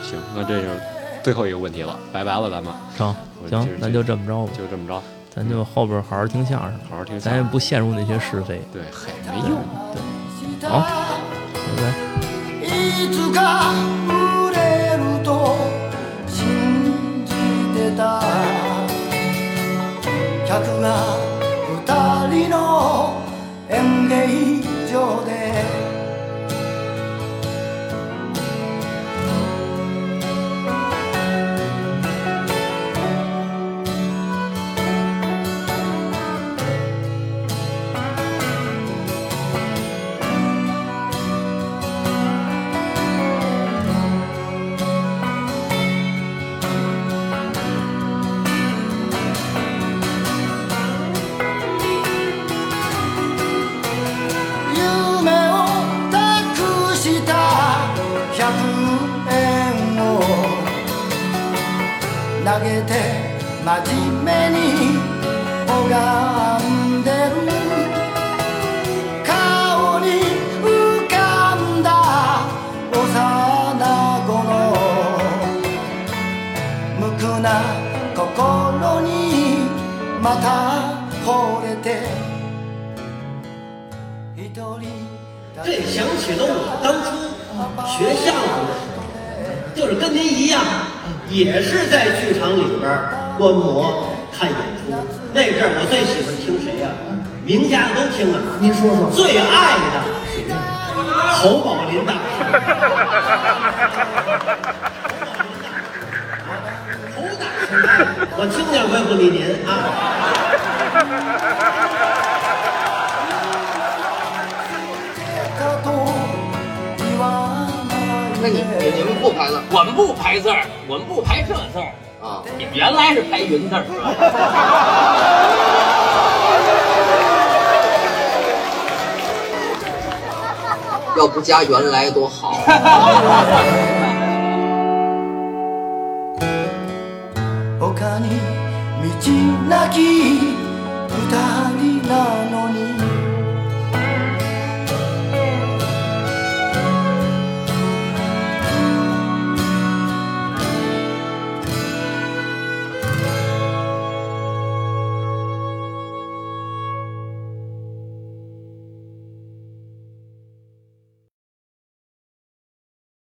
B: 行，那这就是最后一个问题了，拜拜了，咱们
A: 成
B: 我
A: 行
B: 就是，
A: 那就这么着吧，
B: 就这么着，
A: 咱就后边好好听相声，
B: 好好听相
A: 咱也
B: 声。
A: 不陷入那些是非。
B: 对，嘿，没用。
A: 好，拜拜。
F: 「いつか売れると信じてた」「客が二人の演芸場で」夢を託した百円を投げて真面目に拝んでる顔に浮かんだ幼子の無垢な心にまた惚れて一人だ
C: 这
F: け
C: 想起了我当初学相声的时候，就是跟您一样，也是在剧场里边观摩看演出。那阵儿我最喜欢听谁呀、名家都听啊。您说说，最爱的谁呀？侯宝林大师。侯大师爱我听见回不理您啊。
F: だと言わな
D: 那
F: い
D: 你
F: で
D: 你们不排了
E: 我们不排字儿，我们不排这字儿。
D: 啊？
E: 你们原来是排云字儿，
D: 要不加原来多好。